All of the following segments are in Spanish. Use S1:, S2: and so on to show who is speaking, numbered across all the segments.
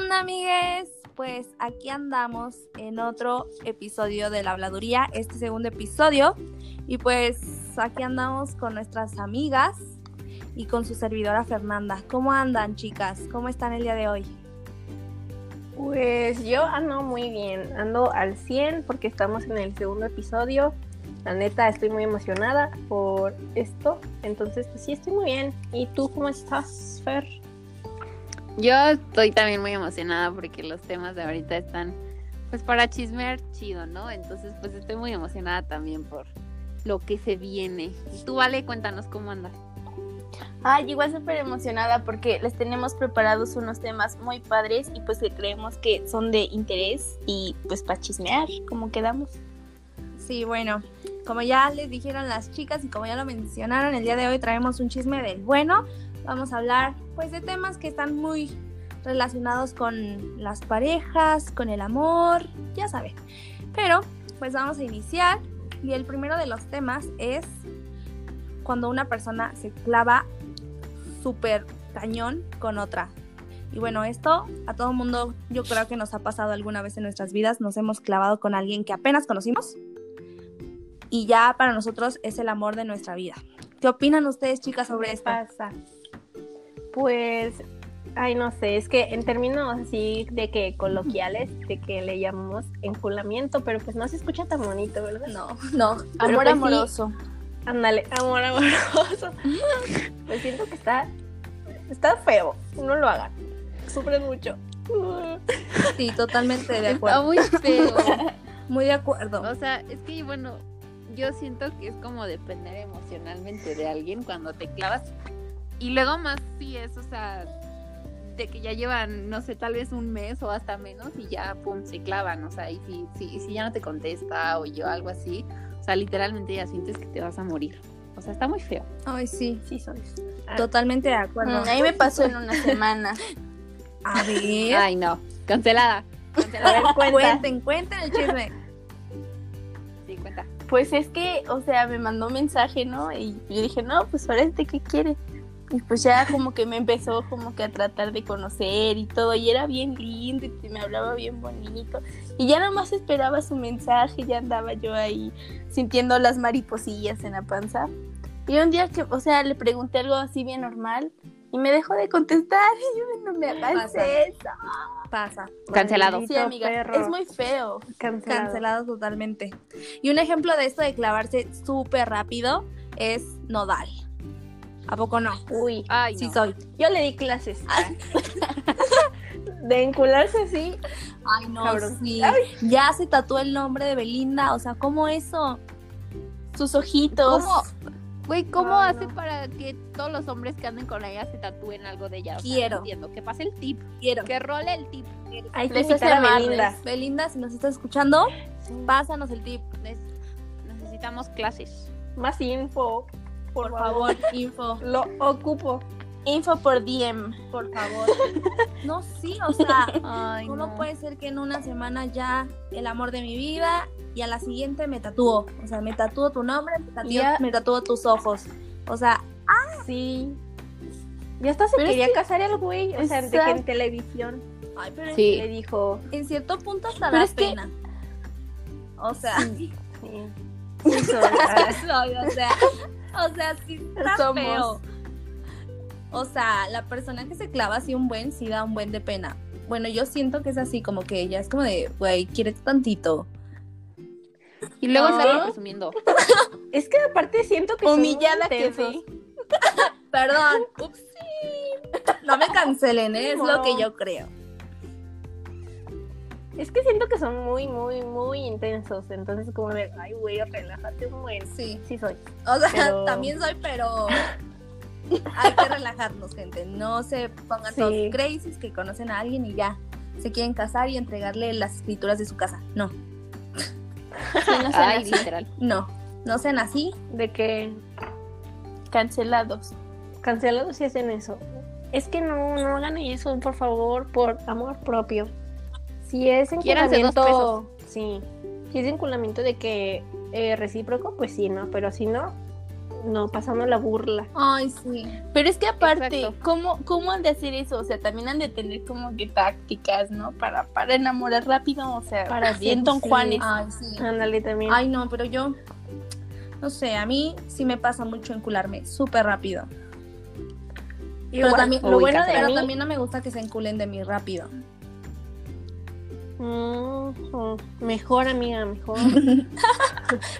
S1: onda, amigues? Pues aquí andamos en otro episodio de la habladuría, este segundo episodio. Y pues aquí andamos con nuestras amigas y con su servidora Fernanda. ¿Cómo andan, chicas? ¿Cómo están el día de hoy?
S2: Pues yo ando muy bien, ando al 100 porque estamos en el segundo episodio. La neta, estoy muy emocionada por esto. Entonces, pues sí, estoy muy bien. ¿Y tú cómo estás, Fer?
S3: Yo estoy también muy emocionada porque los temas de ahorita están, pues para chismear chido, ¿no? Entonces, pues estoy muy emocionada también por lo que se viene. Y tú, Vale, cuéntanos cómo andas.
S4: Ay, igual súper emocionada porque les tenemos preparados unos temas muy padres y pues que creemos que son de interés y pues para chismear, como quedamos.
S1: Sí, bueno, como ya les dijeron las chicas y como ya lo mencionaron, el día de hoy traemos un chisme del bueno. Vamos a hablar pues de temas que están muy relacionados con las parejas, con el amor, ya saben. Pero pues vamos a iniciar y el primero de los temas es cuando una persona se clava súper cañón con otra. Y bueno, esto a todo mundo yo creo que nos ha pasado alguna vez en nuestras vidas. Nos hemos clavado con alguien que apenas conocimos y ya para nosotros es el amor de nuestra vida. ¿Qué opinan ustedes, chicas, sobre esto?
S2: pasa? Pues, ay, no sé, es que en términos así de que coloquiales, de que le llamamos enculamiento, pero pues no se escucha tan bonito, ¿verdad?
S1: No, no.
S2: Pero
S4: Amor
S2: pues sí,
S4: amoroso.
S2: Ándale, amor amoroso. pues siento que está, está feo, no lo hagan, sufren mucho.
S1: Sí, totalmente de
S3: Está
S1: acuerdo.
S3: muy feo.
S1: Muy de acuerdo.
S3: O sea, es que bueno, yo siento que es como depender emocionalmente de alguien cuando te clavas. Y luego más si es, o sea, de que ya llevan, no sé, tal vez un mes o hasta menos y ya, pum, se clavan. O sea, y si, si, si ya no te contesta o yo algo así, o sea, literalmente ya sientes que te vas a morir. O sea, está muy feo.
S1: Ay, sí.
S2: Sí, sois.
S1: Totalmente de acuerdo.
S4: Mm, a mí me pasó en una semana.
S1: A ver.
S3: Ay, no. Cancelada.
S2: A ver, cuenta.
S1: Cuenten, cuenten el chisme.
S3: Sí, cuenta.
S4: Pues es que, o sea, me mandó un mensaje, ¿no? Y yo dije, no, pues ahora este que quiere. Y pues ya como que me empezó como que a tratar de conocer y todo. Y era bien lindo y me hablaba bien bonito. Y ya nomás esperaba su mensaje, ya andaba yo ahí sintiendo las mariposillas en la panza. Y un día que, o sea, le pregunté algo así bien normal y me dejó de contestar. Y yo no me hagas
S1: Pasa.
S4: eso.
S1: Pasa.
S3: Cancelado.
S4: Sí, amiga,
S2: perro.
S4: es muy feo.
S2: Cancelado.
S1: Cancelado totalmente. Y un ejemplo de esto de clavarse súper rápido es Nodal. ¿A poco no?
S2: Uy,
S3: Ay,
S1: Sí
S3: no.
S1: soy.
S2: yo le di clases.
S4: Ah,
S2: de encularse así,
S1: Ay, no,
S2: Cabrón.
S1: sí. Ya se tatuó el nombre de Belinda. O sea, ¿cómo eso?
S4: Sus ojitos.
S3: ¿Cómo? Güey, ¿cómo
S2: Ay,
S3: hace
S2: no.
S3: para que todos los hombres que anden con ella se tatúen algo de ella? O sea, no
S1: Quiero.
S3: entiendo. Que pase el tip.
S1: Quiero.
S3: Que role el tip.
S2: hay que
S4: Les
S2: invitar
S4: hace
S2: a
S4: amarles.
S2: Belinda.
S1: Belinda, si nos estás escuchando, pásanos el tip.
S3: Nes- Necesitamos clases.
S2: Más info,
S1: Por favor, info.
S2: Lo ocupo.
S4: Info por DM.
S1: Por favor. No, sí, o sea,
S3: Ay,
S1: ¿Cómo puede ser que en una semana ya el amor de mi vida y a la siguiente me tatúo? O sea, me tatúo tu nombre, me tatúo,
S4: Ya.
S1: me tatúo tus ojos. O sea,
S2: Sí. Ya hasta se
S4: Pero es
S2: quería casar el güey. O sea, de que en
S4: Exacto.
S2: televisión
S1: ay, pero
S2: le dijo.
S1: en cierto punto hasta
S4: Pero
S1: da
S4: es que-
S1: pena. O sea,
S2: Sí. sí, soy. Ah,
S1: soy, o sea, o sea, sí está
S4: Somos.
S1: feo. O sea, la persona que se clava así un buen, sí da un buen de pena. Bueno, yo siento que es así, como que ella es como de, güey, quiérete tantito.
S3: Y luego
S4: No.
S3: sale presumiendo.
S2: es que aparte siento que. son muy
S4: Humillada que
S2: intensos.
S4: sí.
S1: Perdón, upsí. No me cancelen, ¿eh? es lo
S2: No.
S1: que yo creo.
S2: Es que siento que son muy, muy, muy intensos. Entonces, como de, ay, güey, relájate un buen.
S1: Sí.
S2: Sí, soy.
S1: O sea,
S2: Pero-
S1: también soy, pero hay que relajarnos, gente. No se pongan
S2: Sí.
S1: todos crazies que conocen a alguien y ya se quieren casar y entregarle las escrituras de su casa. No,
S4: Sí, no sean
S3: Ay,
S4: así.
S3: literal.
S1: no, no sean así.
S2: De que
S4: Cancelados.
S2: cancelados si hacen eso. Es que no, no hagan eso, por favor, por amor propio. Si es
S3: Quiéranse dos
S2: enculamiento. Sí. Si es enculamiento de que eh, recíproco, pues sí, ¿no? Pero si no, No, pasando la burla.
S1: Ay, sí.
S4: Pero es que aparte,
S3: Exacto.
S4: ¿cómo, ¿cómo han de hacer eso? O sea, también han de tener como que tácticas, ¿no? Para, para enamorar rápido, o sea,
S2: Para
S4: bien Don
S2: seducir.
S4: Juanes.
S1: Ay, sí.
S2: Ándale también.
S1: Ay, no, pero yo, no sé, a mí sí me pasa mucho encularme súper rápido. Pero
S2: Igual.
S1: también,
S2: Uy,
S1: lo bueno de
S2: Cassandra.
S1: pero también no me gusta que se enculen de mí rápido.
S2: Ujú. Mejor, amiga, mejor.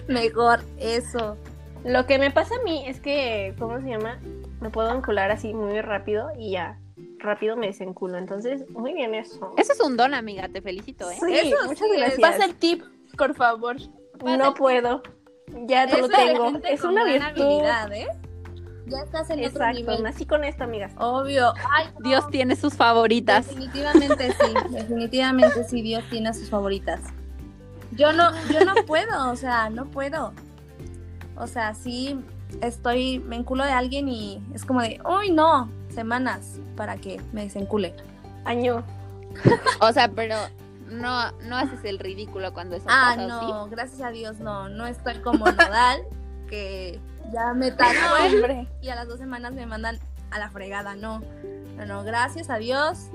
S1: Mejor eso.
S2: Lo que me pasa a mí es que, ¿cómo se llama? Me puedo encular así muy rápido y ya, rápido me desenculo. Entonces, muy bien eso.
S3: Eso es un don, amiga, te felicito, ¿eh?
S2: Sí,
S1: eso
S2: muchas
S1: sí es-
S2: gracias.
S4: Pasa el tip, por favor.
S2: No puedo. Ya te
S1: Eso
S2: lo
S1: de la
S2: tengo.
S1: gente
S2: Es
S1: con
S2: una
S1: gran
S2: virtud.
S1: habilidad, ¿eh? Ya estás en otro
S2: Exacto.
S1: nivel.
S2: Nací con esto, amigas.
S1: Obvio. Ay, no,
S3: Dios tiene sus favoritas.
S1: Definitivamente sí, definitivamente sí, Dios tiene a sus favoritas. Yo no, yo no puedo, o sea, no puedo. O sea, sí estoy, me enculo de alguien y es como de, uy no, semanas para que me desencule.
S2: Año.
S3: O sea, pero no, no haces el ridículo cuando eso
S1: Ah,
S3: pasa, ¿o
S1: no, gracias a Dios, no, no estoy como Nodal, que ya me tatué
S4: Hombre.
S1: y a las dos semanas me mandan a la fregada, no. No, no, gracias a Dios,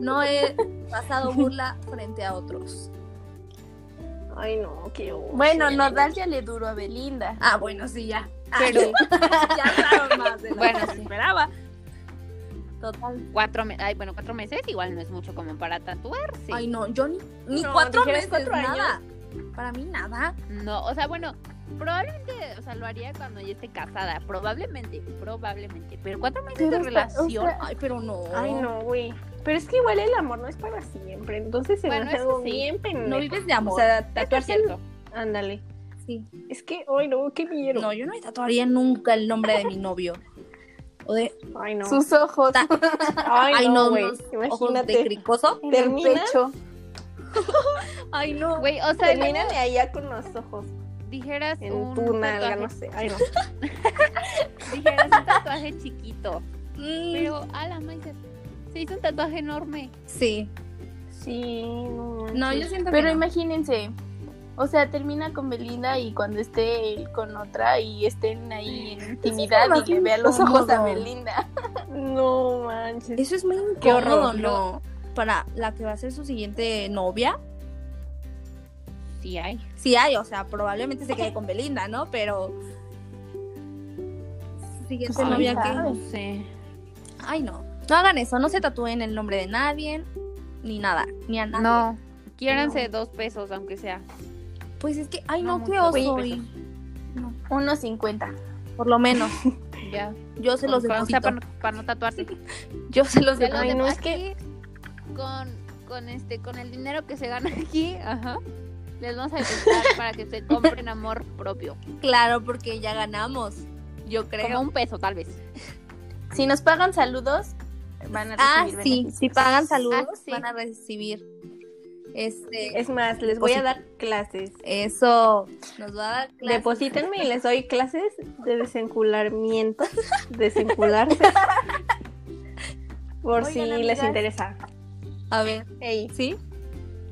S1: no he pasado burla frente a otros.
S2: Ay, no, qué oso.
S4: Bueno, Nodal ya le duró a Belinda.
S1: Ah, bueno, sí, ya.
S3: Pero-
S1: ya hablaron más de lo
S3: Bueno,
S1: que se
S3: sí.
S1: esperaba. Total.
S3: sí? Cuatro, me- ay, bueno, cuatro meses igual no es mucho como para tatuarse.
S1: Ay, no, yo ni, ni
S2: No,
S1: cuatro meses,
S2: dijeras cuatro años.
S1: nada. Para mí, nada.
S3: No, o sea, bueno, probablemente, o sea, lo haría cuando ya esté casada. Probablemente, probablemente. Pero cuatro meses
S4: Pero
S3: de
S4: está- o
S3: relación.
S4: sea,
S1: Ay, pero no.
S2: Ay, no, güey. Pero es que igual el amor no es para siempre. Entonces se me
S3: Bueno,
S2: hace
S3: eso
S2: algo
S3: sí.
S2: bien pendejo.
S1: No vives de amor.
S2: O sea,
S3: Esto es
S2: tatuarse.
S3: cierto.
S2: Ándale.
S1: sí.
S2: Es que, ay, no, qué miedo.
S1: No, yo no me tatuaría nunca el nombre de mi novio. O de.
S2: Ay, no.
S4: Sus ojos,
S2: Ay, no, güey.
S1: unos ojos de
S2: Imagínate.
S1: cricoso.
S4: en el
S2: Termina,
S4: pecho.
S1: Ay, no.
S3: Güey, o sea,
S2: termina de allá con los ojos.
S3: dijeras
S2: En
S3: un
S2: tu nalga,
S3: tatuaje,
S2: no sé. Ay, no.
S3: dijeras un tatuaje chiquito.
S1: Mm,
S3: Pero, a la Maisa, se hizo un tatuaje enorme.
S1: Sí.
S2: Sí, no.
S1: No, yo siento
S4: Pero
S1: que. no.
S4: imagínense, o sea, termina con Belinda y cuando esté él con otra y estén ahí en
S1: me
S4: intimidad y le
S1: imagino
S4: vea los ojos a
S1: incómodo.
S4: Belinda.
S2: No manches.
S1: Eso es muy
S2: Qué
S1: incómodo,
S2: horror,
S1: ¿no? Para la que va a ser su siguiente novia.
S3: Sí hay.
S1: sí hay, o sea, probablemente se quede con Belinda, ¿no? Pero siguiente
S4: Pues,
S1: novia
S4: quién
S1: que
S4: sabe.
S3: sé.
S1: ay no, no hagan eso, no se tatúen el nombre de nadie ni nada, ni a nadie.
S3: No, quiéranse dos pesos, aunque sea.
S1: Pues es que ay no,
S3: No,
S1: qué
S3: mucho.
S1: oso.
S3: Oye,
S1: y- no,
S4: 1.50.
S1: por lo menos
S3: Ya.
S1: yo se los
S3: Con- o
S1: deposito.
S3: sea, para, no- para no tatuarse.
S1: Yo se los
S3: Ya lo
S1: deposito.
S2: Ay, no,
S3: demás
S2: es que-
S3: aquí, con, con este, con el dinero que se gana aquí, ajá, les vamos a depositar para que se compren amor propio.
S1: Claro, porque ya ganamos. Yo
S3: Como
S1: creo.
S3: un peso, tal vez.
S4: Si nos pagan saludos, van a recibir
S1: Ah, sí,
S4: beneficios.
S1: si pagan saludos
S3: Ah, sí.
S1: van a recibir este
S2: Es más, les voy
S1: Deposita.
S2: a dar clases.
S1: eso nos va a dar clases.
S2: Deposítenme y les doy clases de desenculamiento, desencularse. Por
S4: Oigan,
S2: si les
S4: amigas.
S2: interesa.
S1: A ver,
S2: Ey,
S1: ¿sí?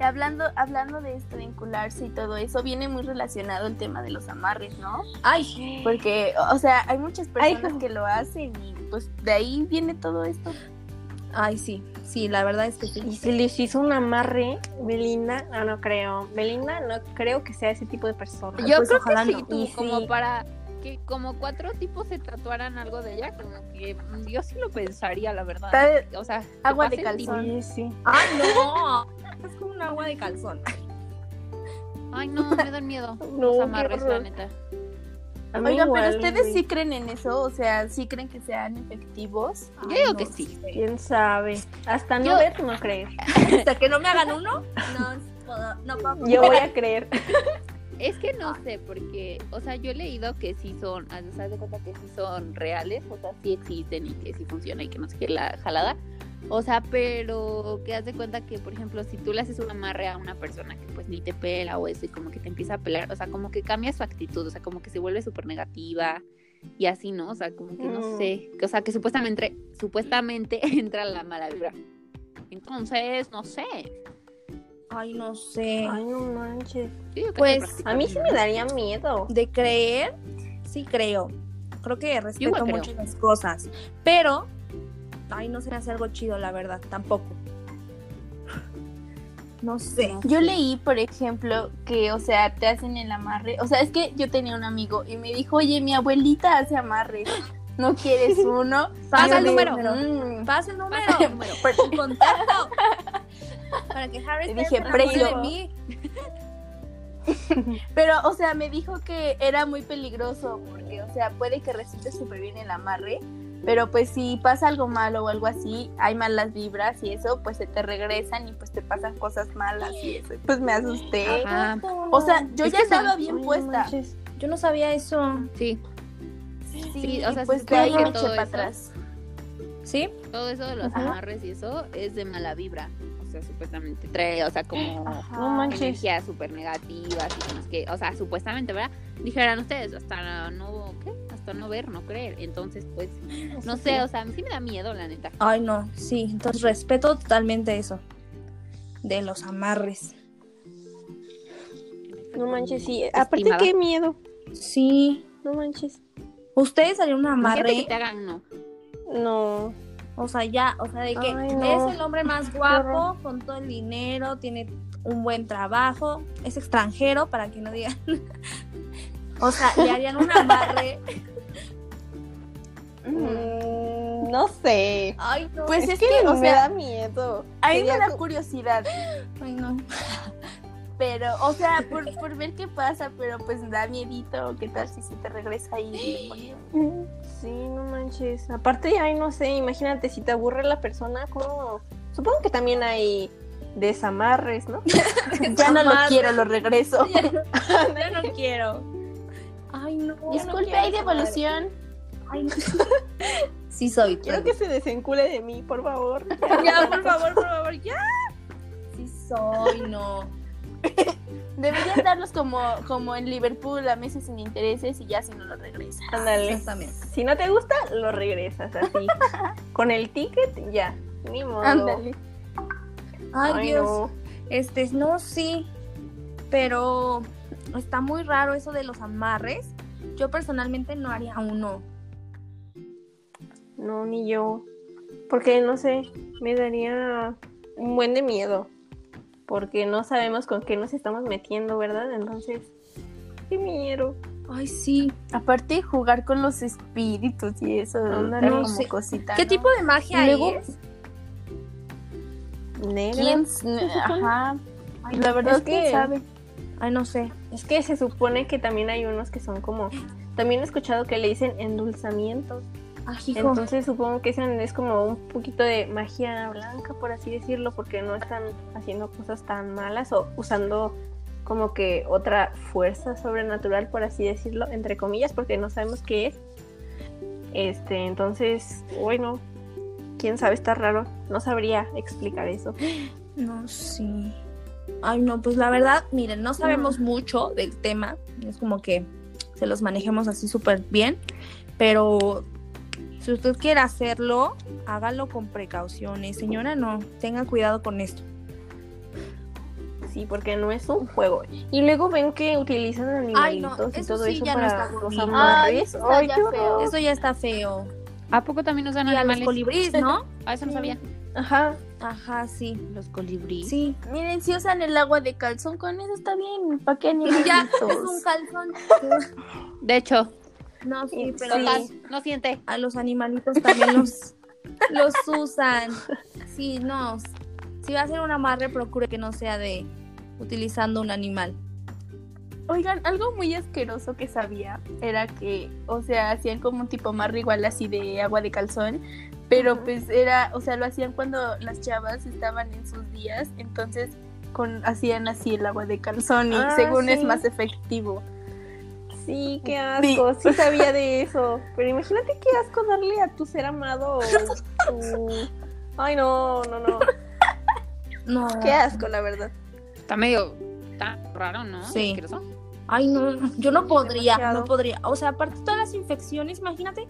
S4: Hablando, hablando de esto de vincularse y todo eso, viene muy relacionado el tema de los amarres, ¿no?
S1: Ay,
S4: Porque, o sea, hay muchas
S2: Ay,
S4: personas
S2: no.
S4: que lo hacen y pues de ahí viene todo esto.
S1: ay sí, sí, la verdad es que sí.
S2: y si les hizo un amarre, Belinda, no, no creo. Belinda no creo que sea ese tipo de persona.
S3: Yo
S1: pues,
S3: creo
S1: ojalá
S3: que sí,
S1: no.
S3: tú,
S2: Y
S3: como
S2: sí.
S3: para que como cuatro tipos se tatuaran algo de ella, como que mm, yo sí lo pensaría, la verdad.
S4: Tal-
S3: O sea, que
S4: Agua de
S3: pasen
S4: calzón.
S2: Sí, sí.
S1: ¡Ay, no! Es como un agua de calzón.
S3: tipo- Ay, no, me dan miedo.
S2: No,
S3: Los
S2: qué
S3: amarres, la
S2: horror.
S3: neta.
S2: A mí
S4: Oigan,
S2: igual,
S4: pero ustedes
S2: güey.
S4: sí creen en eso, o sea, sí creen que sean efectivos.
S3: Yo digo que sí.
S2: ¿Quién sabe? Hasta no
S3: Yo-
S2: ver, no creer.
S1: Hasta que no me hagan uno, no puedo. No puedo.
S2: Yo voy a creer.
S3: Es que no sé, porque, o sea, yo he leído que sí son, o sea, haz de cuenta que sí son reales, o sea, sí existen y que sí funciona y que no sé qué la jalada. O sea, pero que haz de cuenta que, por ejemplo, si tú le haces un amarre a una persona que pues ni te pela o eso y como que te empieza a pelar, o sea, como que cambia su actitud, o sea, como que se vuelve súper negativa y así, ¿no? O sea, como que no
S2: Mm.
S3: sé, que- o sea, que supuestamente, supuestamente entra la mala vibra. Entonces, no sé.
S1: Ay, no sé.
S2: Ay, no manches.
S3: Yo digo que hay que
S1: Pues,
S3: practicar,
S2: A mí sí
S3: ¿no?
S2: me daría miedo.
S1: De creer, sí creo. Creo que respeto
S3: igual creo.
S1: mucho las cosas. Pero, ay, no se me hace algo chido, la verdad, tampoco. No sé.
S4: Yo leí, por ejemplo, que, o sea, te hacen el amarre. O sea, es que yo tenía un amigo y me dijo, oye, mi abuelita hace amarres. ¿No quieres uno?
S1: Pasa
S4: Yo
S1: el
S4: le-
S1: número.
S4: mm.
S1: Pasa el número.
S3: Pasa el número.
S1: Tu pues, contacto. Para que Harry
S4: Le
S1: Styles
S4: dije,
S1: se enamore
S4: "Precio".
S1: de mí.
S4: Pero, o sea, me dijo que era muy peligroso porque, o sea, puede que resulte súper bien el amarre, pero pues si pasa algo malo o algo así, hay malas vibras y eso, pues se te regresan y pues te pasan cosas malas y eso. y, Pues me asusté.
S3: Ajá.
S4: O sea, yo
S3: Es
S4: ya
S3: que
S4: estaba
S3: son-
S4: bien
S2: Ay, no
S4: puesta.
S2: manches.
S1: Yo no sabía eso.
S3: Sí,
S4: Sí,
S3: sí, o sea,
S4: y pues
S3: sí
S4: de
S3: te
S4: ahí
S3: dije
S4: me eché
S3: todo
S4: para
S3: eso.
S4: atrás.
S1: ¿Sí?
S3: todo eso de los
S2: Ajá.
S3: amarres y eso es de mala vibra. O sea, supuestamente trae, o sea, como
S2: Ah, No manches.
S3: energías súper negativas y cosas que, o sea, supuestamente, ¿verdad? Dijeran ustedes, hasta no, ¿qué? Hasta no ver, no creer. Entonces, pues, no sé, o sea, a mí sí me da miedo, la neta.
S1: Ay, no, sí. Entonces respeto totalmente eso. De los amarres.
S2: No manches, sí. Aparte,
S3: Estimada.
S2: qué miedo.
S1: Sí.
S2: No manches.
S1: ¿Ustedes harían un
S3: Imagínate que
S1: amarre?
S3: te hagan, no.
S2: No.
S1: O sea, ya, o sea, de que
S2: Ay, no.
S1: es el hombre más
S2: horror.
S1: guapo, con todo el dinero, tiene un buen trabajo, es extranjero, para que no digan. o sea, le harían un amarre.
S2: Mm, no sé.
S1: Ay, no.
S4: Pues
S2: Es,
S4: es,
S2: que,
S4: que, o
S2: me
S4: sea,
S2: da miedo.
S4: a mí me
S2: sería
S4: da
S2: como-
S4: curiosidad.
S1: Ay, no.
S4: Pero, o sea, por, por ver qué pasa, pero pues da miedito, qué tal si se te regresa ahí.
S2: Sí, no manches. Aparte, ay, no sé, imagínate, si te aburre la persona, ¿cómo? Supongo que también hay desamarres, ¿no?
S4: Ya no lo
S1: Amarre.
S4: quiero, lo regreso.
S1: Ya, ya no quiero. Ay, no. ya no
S4: Disculpe,
S1: quiero
S4: hay
S1: esa
S4: devolución.
S1: madre. Ay, no. Sí soy.
S2: Quiero que se desencule de mí, por favor.
S1: Ya, por favor, por favor, ya. Sí soy, no.
S4: Deberían darlos como, como en Liverpool a meses sin intereses y ya si no lo regresa.
S2: Ándale.
S1: Exactamente.
S2: Si no te gusta, lo regresas así. Con el ticket, ya. Ni
S4: Oh.
S2: modo.
S4: Ándale.
S1: Ay, Dios.
S2: no.
S1: Este, no, sí, pero está muy raro eso de los amarres. Yo personalmente no haría uno.
S2: No, ni yo. Porque no sé, me daría un buen de miedo. Porque no sabemos con qué nos estamos metiendo, ¿verdad? Entonces, qué miedo.
S1: Ay, sí.
S4: Aparte, jugar con los espíritus y eso,
S2: Ándale.
S4: era
S1: No
S4: como
S1: sé.
S4: cosita.
S1: ¿Qué
S4: ¿no?
S1: tipo de magia
S4: Y luego-
S1: es?
S2: Negra.
S4: ¿Quién? s- Ajá.
S1: Ay,
S4: La verdad
S2: es que-
S4: quién sabe.
S1: Ay, no sé.
S2: Es que se supone que también hay unos que son como. También he escuchado que le dicen endulzamientos.
S1: Ay, hijo.
S2: Entonces supongo que ese es como un poquito de magia blanca, por así decirlo, porque no están haciendo cosas tan malas o usando como que otra fuerza sobrenatural, por así decirlo, entre comillas, porque no sabemos qué es. Este, entonces, bueno, quién sabe, está raro. No sabría explicar eso.
S1: No, sí. Ay, no, pues la verdad, miren, no sabemos mucho del tema. Es como que se los manejemos así súper bien. Pero si usted quiere hacerlo, hágalo con precauciones. Señora, no, tenga cuidado con esto.
S2: Sí, porque no es un juego. Y luego ven que utilizan
S1: Ay, no,
S2: animalitos y
S1: eso
S2: todo
S1: sí
S2: eso
S1: ya no
S2: para
S1: está
S2: los
S1: bonito.
S4: Ay,
S2: amarres.
S4: eso está ya
S2: qué
S4: feo.
S2: horror.
S1: Eso ya está feo.
S3: ¿A poco también nos dan
S1: Y a los
S3: animales?
S1: colibrís, ¿no?
S3: Ah, eso no sabía.
S2: Ajá.
S1: Ajá, sí.
S3: Los colibríes.
S1: Sí.
S4: Miren, si usan el agua de calzón, con eso está bien. ¿Para qué animalitos?
S1: Ya, es un calzón.
S3: De hecho,
S1: No, sí, pero
S2: Sí.
S3: total, no siente.
S1: a los animalitos también los, los usan. Sí, no. Si va a hacer un amarre, procure que no sea de utilizando un animal.
S4: Oigan, algo muy asqueroso que sabía era que, o sea, hacían como un tipo amarre igual así de agua de calzón, pero
S2: Ujú.
S4: pues era, o sea, lo hacían cuando las chavas estaban en sus días, entonces con, hacían así el agua de calzón y
S2: Ah,
S4: según es
S2: sí.
S4: más efectivo.
S2: Sí, qué asco. Sí. sabía de eso. Pero imagínate qué asco darle a tu ser amado. tu- Ay, no, no, no.
S1: No.
S2: Qué asco, la verdad.
S3: Está medio, está raro, ¿no?
S1: Sí.
S3: Asqueroso.
S1: Ay, no. Yo no podría,
S2: Demasiado.
S1: no podría. O sea, aparte todas las infecciones, imagínate.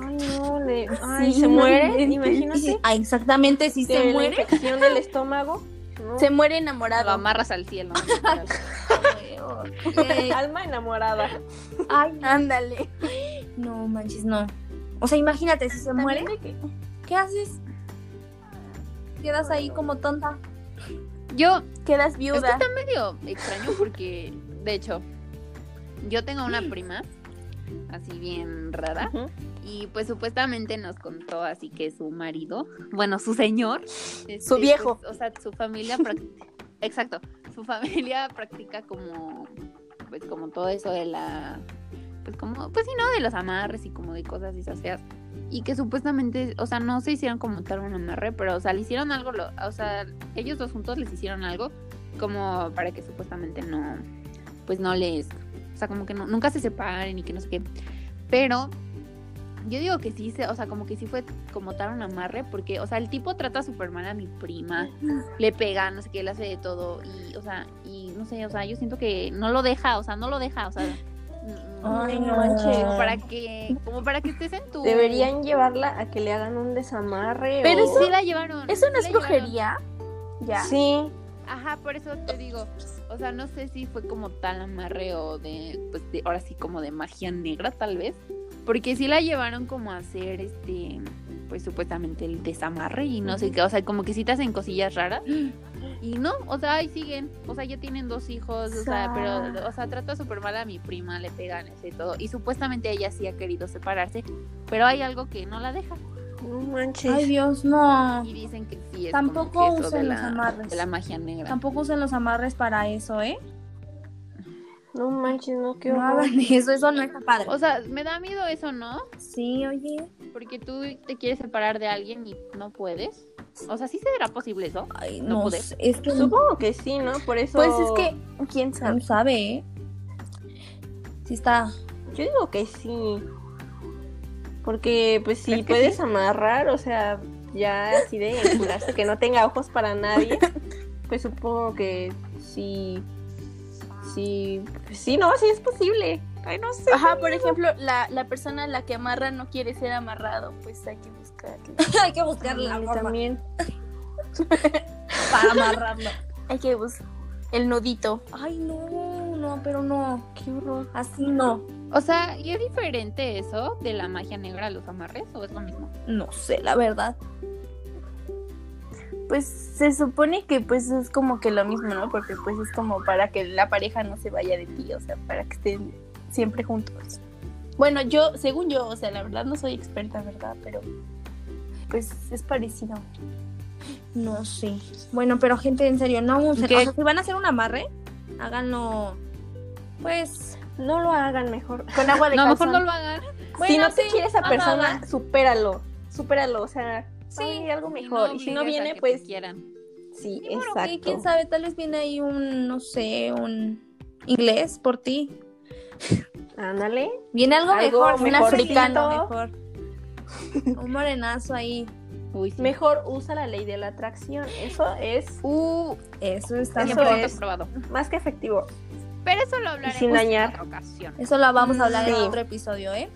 S2: Ay, no, le. Ay,
S4: Sí,
S2: se
S4: no
S2: muere.
S4: inventes.
S2: Imagínate.
S1: Ah, exactamente, si
S2: de
S1: se
S2: la
S1: muere.
S2: infección del estómago. No.
S4: Se muere
S3: Lo
S4: enamorado.
S3: amarras al cielo.
S4: peor.
S1: Eh,
S2: Alma enamorada.
S1: ay,
S4: Ándale.
S1: no manches, no. O sea, imagínate, si se muere, ¿qué haces? Quedas ahí como tonta.
S3: Yo,
S4: Quedas
S3: es que
S4: viuda.
S3: está medio extraño porque, de hecho, yo tengo una prima, así bien rara,
S2: Ujú.
S3: y pues supuestamente nos contó así que su marido, bueno, su señor, este,
S4: viejo.
S3: pues, o sea, su familia, prac- exacto, su familia practica como, pues como todo eso de la, pues como, pues sí, no, de los amarres y como de cosas esas feas. Y que supuestamente, o sea, no se hicieron como tal un amarre, pero, o sea, le hicieron algo, lo- o sea, ellos dos juntos les hicieron algo como para que supuestamente no, pues no les, o sea, como que no- nunca se separen y que no sé qué. Pero yo digo que sí, se, o sea, como que sí fue como tal un amarre, porque, o sea, el tipo trata súper mal a mi prima, le pega, no sé qué, le hace de todo, y, o sea, y no sé, o sea, yo siento que no lo deja, o sea, no lo deja, o sea, no-
S1: Ay,
S2: no
S1: manches.
S3: como para que, como para que estés en tu...
S2: Deberían llevarla a que le hagan un desamarre.
S4: Pero
S2: o-
S4: eso-
S3: Sí la llevaron.
S4: ¿Eso
S3: sí
S4: no es
S3: la llevaron.
S4: brujería? Ya.
S2: Sí,
S3: Ajá, por eso te digo, o sea, no sé si fue como tal amarre o de, pues de, ahora sí como de magia negra tal vez, porque sí la llevaron como a hacer este, pues supuestamente el desamarre y no sé qué, o sea, como que sí te hacen cosillas raras y no, o sea, ahí siguen, o sea, ya tienen dos hijos, o sea, pero, o sea, trata súper mal a mi prima, le pegan ese todo y supuestamente ella sí ha querido separarse, pero hay algo que no la deja
S2: no manches.
S1: Ay, Dios, no.
S3: y dicen que sí es
S1: Tampoco
S3: como que eso de
S1: usen los
S3: la,
S1: amarres.
S3: de la magia negra.
S1: Tampoco usen los amarres para eso, ¿eh?
S2: no manches, no, qué
S1: No
S2: horror.
S1: hagan eso, eso no está padre.
S3: O sea, me da miedo eso, ¿no?
S1: Sí, oye.
S3: Porque tú te quieres separar de alguien y no puedes. O sea, sí será posible eso.
S1: Ay,
S3: No
S1: no,
S3: pude.
S1: sé, es que no,
S2: Supongo que sí, ¿no? Por eso.
S4: Pues es que, ¿quién
S1: no
S4: sabe?
S1: sabe, ¿eh? Sí está.
S2: Yo digo que sí. Porque, pues, si
S3: ¿Crees que
S2: puedes amarrar, o sea, ya así de encularse que no tenga ojos para nadie, pues supongo que sí. Sí, pues, sí, no, sí es posible. Ay, no sé.
S4: Ajá, por ejemplo, la, la persona a la que amarra no quiere ser amarrado, pues hay que buscarla.
S1: Hay que buscar la
S2: Ándale,
S1: forma
S2: también.
S1: para amarrarlo.
S4: Hay que buscar el nudito.
S1: Ay, no, no, pero no.
S2: Qué horror.
S1: Así no.
S3: O sea, ¿y es diferente eso de la magia negra a los amarres o es lo mismo?
S1: No sé, la verdad.
S4: Pues se supone que pues es como que lo mismo, ¿no? Porque pues es como para que la pareja no se vaya de ti, o sea, para que estén siempre juntos. Bueno, yo, según yo, o sea, la verdad no soy experta, ¿verdad? Pero pues es parecido.
S1: No sé. Bueno, pero gente, en serio, no usen.
S3: ¿Qué?
S1: O sea, si van a hacer un amarre, háganlo. Pues.
S2: No lo hagan mejor.
S4: Con agua de
S3: no, mejor
S4: calzón.
S3: no lo hagan.
S2: si
S1: Bueno,
S2: no te
S1: sí,
S2: quiere esa
S1: no lo
S2: persona,
S1: hagan.
S2: supéralo. Supéralo, o sea,
S1: Sí,
S2: sí, algo mejor. y si no
S3: obligues a
S2: viene,
S3: que te
S2: pues
S3: quieran.
S2: sí,
S1: Bueno,
S2: exacto.
S1: que quién sabe, tal vez viene ahí un, no sé, un inglés por ti.
S2: Ándale.
S1: Viene algo,
S2: Algo
S1: mejor, un
S2: mejorcito.
S1: africano mejor. Un morenazo ahí.
S3: Uy, sí.
S2: Mejor usa la ley de la atracción. Eso es
S3: Uh,
S1: Eso está
S2: Eso
S1: mejor.
S3: siempre
S2: es.
S3: probado.
S2: más que efectivo.
S3: Pero eso lo hablaremos
S2: sin dañar.
S3: en otra ocasión.
S1: Eso lo vamos a hablar en
S2: Sí.
S1: otro episodio, ¿eh?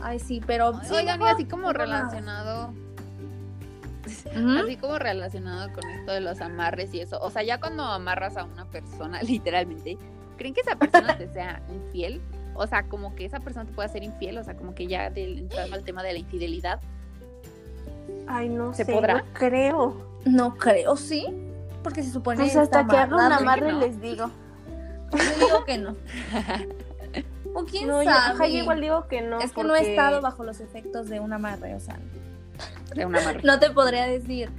S1: Ay, sí, pero. sí,
S3: Oigan, y
S1: mejor.
S3: así como relacionado,
S1: Ujú.
S3: así como relacionado con esto de los amarres y eso. O sea, ya cuando amarras a una persona, literalmente, ¿creen que esa persona te sea infiel? O sea, como que esa persona te pueda ser infiel, o sea, como que ya del, entrando al tema de la infidelidad.
S2: Ay, no
S3: ¿Se
S2: sé.
S3: podrá?
S2: no creo.
S1: No creo, sí. Porque se supone
S4: Pues
S1: está
S4: hasta que haga un
S1: amarrado.
S4: amarre
S3: ¿no?
S4: les digo.
S1: Yo digo que no. O quién
S2: No, yo,
S1: sabe.
S2: ajá, yo igual digo que no.
S1: es que no he
S2: porque-
S1: estado bajo los efectos de un amarre, o sea,
S3: De un amarre.
S1: no te podría decir.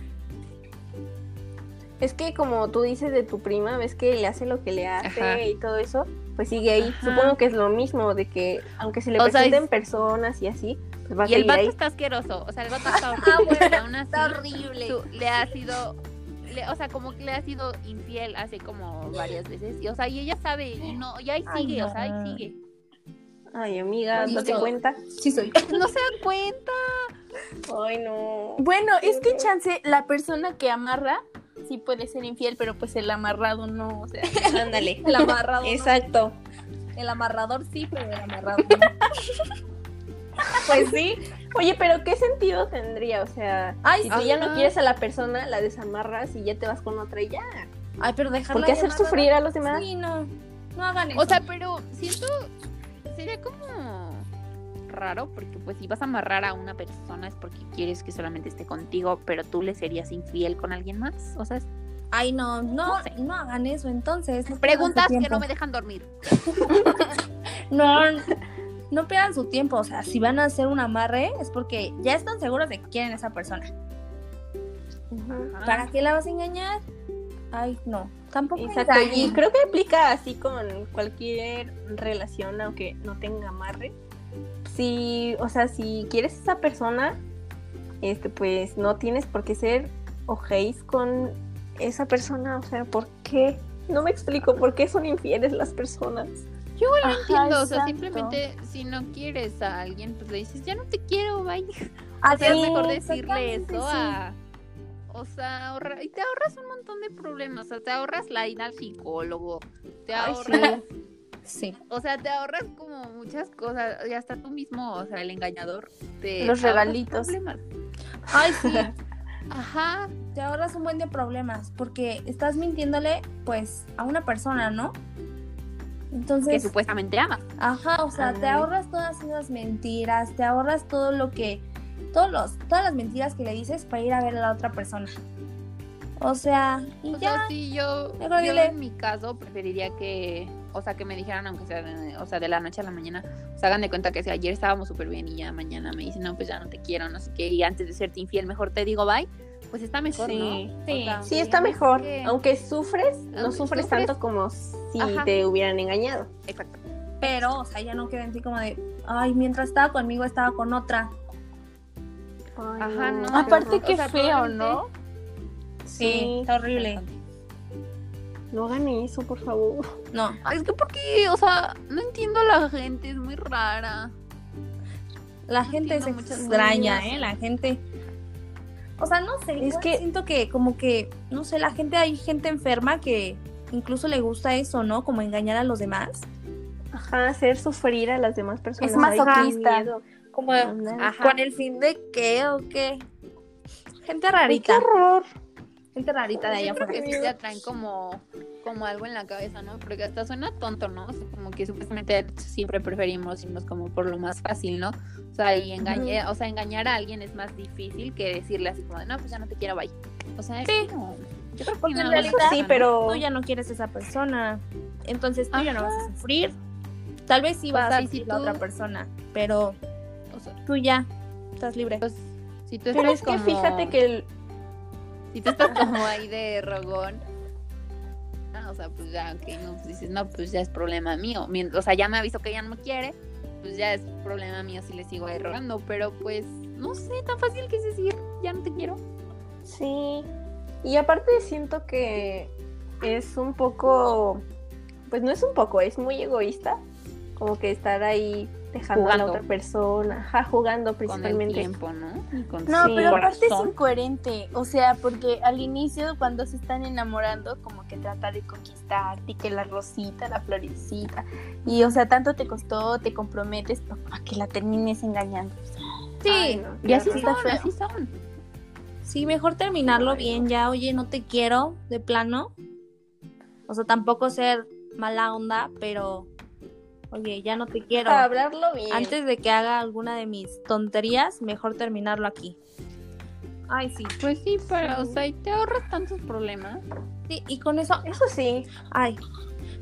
S2: Es que como tú dices de tu prima, ves que le hace lo que le hace
S3: Ajá.
S2: y todo eso, pues sigue ahí.
S3: Ajá.
S2: Supongo que es lo mismo, de que aunque se le
S3: O sea,
S2: presenten
S3: es-
S2: personas y así, pues va a
S3: Y el
S2: seguir
S3: vato
S2: ahí.
S3: está asqueroso. O sea, el vato está horrible. pero aún así,
S1: horrible.
S3: su- le ha sido. le- o sea, como que le ha sido infiel hace como varias veces. Y, o sea, y ella sabe. Y, no, y ahí
S1: Ay,
S3: sigue,
S1: no.
S3: o sea, ahí sigue.
S2: Ay, amiga,
S1: Sí,
S2: date
S1: soy.
S2: cuenta.
S1: Sí, soy.
S3: No se dan cuenta.
S2: Ay, no.
S4: Bueno, es que chance, la persona que amarra sí puede ser infiel, pero pues el amarrado no, o sea.
S2: Ándale.
S1: El amarrado. no.
S2: Exacto.
S1: El amarrador sí, pero el amarrado no.
S2: Pues sí. Oye, pero ¿qué sentido tendría? O sea,
S1: Ay,
S2: si
S1: sí.
S2: tú ya no
S3: Ajá.
S2: quieres a la persona, la desamarras y ya te vas con otra y ya.
S1: Ay, pero dejarla
S2: ¿Por qué
S1: ahí
S2: hacer
S1: amarrada.
S2: sufrir a los demás?
S1: Sí, no. No hagan eso.
S3: O sea, pero siento, sería como raro porque pues si vas a amarrar a una persona es porque quieres que solamente esté contigo, pero tú le serías infiel con alguien más. O sea, es
S1: Ay, no, no,
S3: No sé.
S1: no hagan eso entonces. no pierdan su
S3: preguntas que
S1: tiempo.
S3: no me dejan dormir.
S1: No, no pierdan su tiempo. O sea, si van a hacer un amarre es porque ya están seguros de que quieren a esa persona.
S3: Ajá.
S1: ¿Para qué la vas a engañar? Ay, no. Tampoco
S2: Exacto,
S1: engañen.
S2: y creo que aplica así con cualquier relación, aunque no tenga amarre. Si, o sea, si quieres a esa persona, este, pues no tienes por qué ser ojeis con esa persona. O sea, ¿por qué? No me explico, ¿por qué son infieles las personas?
S3: Yo igual lo
S4: Ajá,
S1: Ah,
S3: entiendo, o sea,
S4: exacto.
S3: simplemente si no quieres a alguien, pues le dices, ya no te quiero, bye. O
S1: Así
S3: sea, es
S1: es,
S3: mejor decirle
S1: exactamente,
S3: eso
S1: sí.
S3: a... O sea, ahorra- y te ahorras un montón de problemas, o sea, te ahorras la ida al psicólogo, te
S2: Ay,
S3: ahorras...
S2: sí.
S1: Sí.
S3: O sea, te ahorras como muchas cosas. Y hasta tú mismo, o sea, el engañador. Te
S4: Los
S3: te ahorras
S4: regalitos.
S3: problemas.
S1: Ay, sí.
S3: Ajá.
S1: Te ahorras un buen de problemas porque estás mintiéndole, pues, a una persona, ¿no?
S3: Que
S1: Entonces,
S3: supuestamente amas.
S1: ajá, o sea, te
S2: Ándale.
S1: ahorras todas esas mentiras, te ahorras todo lo que, todos los, todas las mentiras que le dices para ir a ver a la otra persona. O sea, y
S3: O
S1: ya.
S3: sea, sí, yo,
S1: Mejor
S3: yo
S1: dile.
S3: en mi caso preferiría que, o sea, que me dijeran, aunque sea, de, o sea, de la noche a la mañana, o sea, hagan de cuenta que si ayer estábamos súper bien y ya mañana me dicen, no, pues ya no te quiero, no sé qué, y antes de serte infiel, mejor te digo bye, pues está mejor,
S2: Sí.
S3: ¿no?
S1: Sí.
S2: Sí, está mejor. Aunque sufres, no
S3: Aunque
S2: sufres
S3: sufres.
S2: tanto como si
S3: Ajá.
S2: te hubieran engañado.
S3: Exacto.
S1: Pero, o sea, ya no queda en ti como de, ay, mientras estaba conmigo estaba con otra.
S3: Ajá, no.
S4: Aparte
S3: O
S4: que
S3: sea,
S4: feo, ¿no?
S1: Sí,
S2: Sí,
S1: está horrible.
S2: no hagan eso, por favor.
S1: No,
S3: Ay, Es que porque, o sea, no entiendo a la gente, es muy rara.
S1: la gente es
S3: Entiendo muchas
S1: extraña,
S3: cosas.
S1: ¿eh? La gente. O sea, no sé, es que
S2: que-
S1: siento que como que, no sé, la gente, hay gente enferma que incluso le gusta eso, ¿no? Como engañar a los demás.
S2: Ajá, hacer sufrir a las demás personas.
S4: Es
S2: Ay, qué
S4: masoquista.
S2: miedo.
S1: Como
S2: Ándale.
S3: Ajá.
S1: con el fin de qué o qué. Gente
S2: Ay, qué
S1: rarita,
S2: horror.
S1: gente rarita de allá
S3: Pues Yo creo
S1: afuera.
S3: que sí te atraen como, como algo en la cabeza, ¿no? Porque hasta suena tonto, ¿no? O sea, como que supuestamente siempre preferimos irnos como por lo más fácil, ¿no? O sea, y engañe, o sea, engañar a alguien es más difícil que decirle así como, de, no, pues ya no te quiero, bye. O sea,
S1: Sí.
S3: no. Yo creo que
S1: Porque en
S3: no,
S1: realidad-
S3: no,
S2: Sí,
S3: no.
S2: pero
S1: Tú ya no quieres a esa persona, entonces tú ya no vas a sufrir. Tal vez sí
S3: O
S1: vas
S3: sea,
S1: a
S3: y si
S1: sufrir la
S3: tú-
S1: otra persona, pero
S3: O sea,
S1: tú ya estás libre.
S3: pues, si tú
S2: Pero
S3: estás
S2: es que
S3: como-
S2: fíjate que el-
S3: Si tú estás como ahí de rogón. Ah, o sea, pues ya, ok, no, pues dices, no, pues ya es problema mío. Mien- O sea, ya me aviso que ya no me quiere, pues ya es problema mío si le sigo ahí rogando. Pero pues, no sé, tan fácil que es decir, ya no te quiero.
S2: Sí. Y aparte siento que es un poco, pues no es un poco, es muy egoísta. Como que estar ahí dejando a
S3: Jugando.
S2: la otra persona, ajá, jugando
S3: Con el
S2: principalmente.
S3: tiempo, ¿no? Y con
S4: No,
S2: Sí.
S4: pero aparte es
S3: corazón.
S4: incoherente, o sea, porque al inicio cuando se están enamorando como que trata de conquistarte, y que la rosita, la florecita, y o sea, tanto te costó, te comprometes pa- para que la termines engañando.
S1: Sí,
S2: Ay, no, qué
S3: Y así
S2: horror.
S3: son, así son.
S1: Sí, mejor terminarlo bien ya, oye, no te quiero de plano. O sea, tampoco ser mala onda, pero oye, ya no te quiero.
S2: Para hablarlo bien.
S1: Antes de que haga alguna de mis tonterías, mejor terminarlo aquí. Ay, sí.
S3: Pues sí, pero,
S2: Sí.
S3: o sea, y te ahorras tantos problemas.
S1: Sí, y con eso,
S2: Eso sí,
S1: ay.